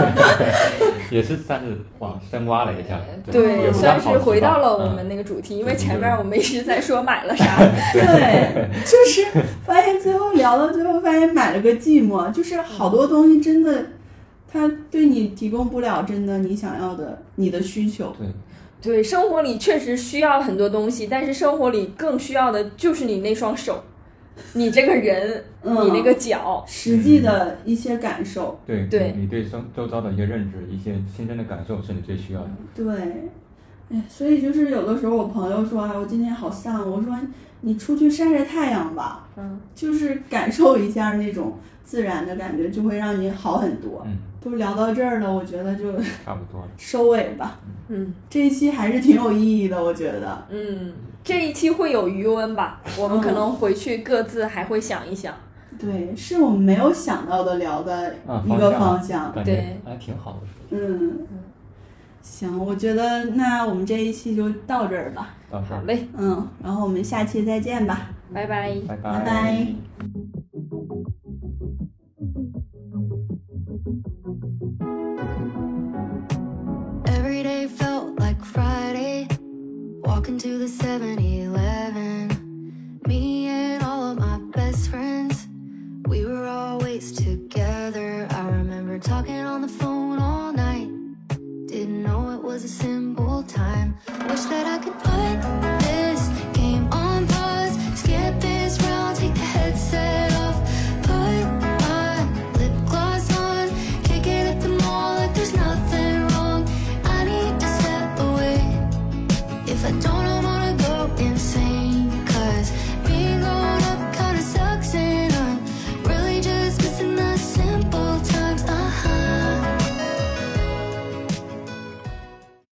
嗯也是算是往深挖了一下，呃嗯对，也有不算算是回到了我们那那个主题，因嗯对为前对面对我们一直在说买了 啥， 对，就是发现最后聊到最后，发现买了个寂寞，就是嗯好多东西真的，它对你提供不了真的你想要的你的需求。对，对，生活里确实需要很多东西，但是生活里更需要的就是你那双手，你这个人，嗯，你那个脚，实际的一些感受，对对你对周周遭的一些认知、一些亲身的感受是你最需要的。对，哎，所以就是有的时候我朋友说，哎，我今天好丧，我说你出去晒晒太阳吧，嗯，就是感受一下那种自然的感觉，就会让你好很多。嗯，都聊到这儿了，我觉得就差不多了。收尾吧。嗯这一期还是挺有意义的，我觉得。嗯，这一期会有余温吧，我们可嗯能回去各自还会想一想，对，是我们没有想到的聊的啊一个方向方向。感对觉还挺好的，嗯，行，我觉得那我们这一期就到这儿吧。到时好候嘞，嗯，然后我们下期再见吧。拜拜。拜拜拜 Every day felt like Friday. Walking to the 7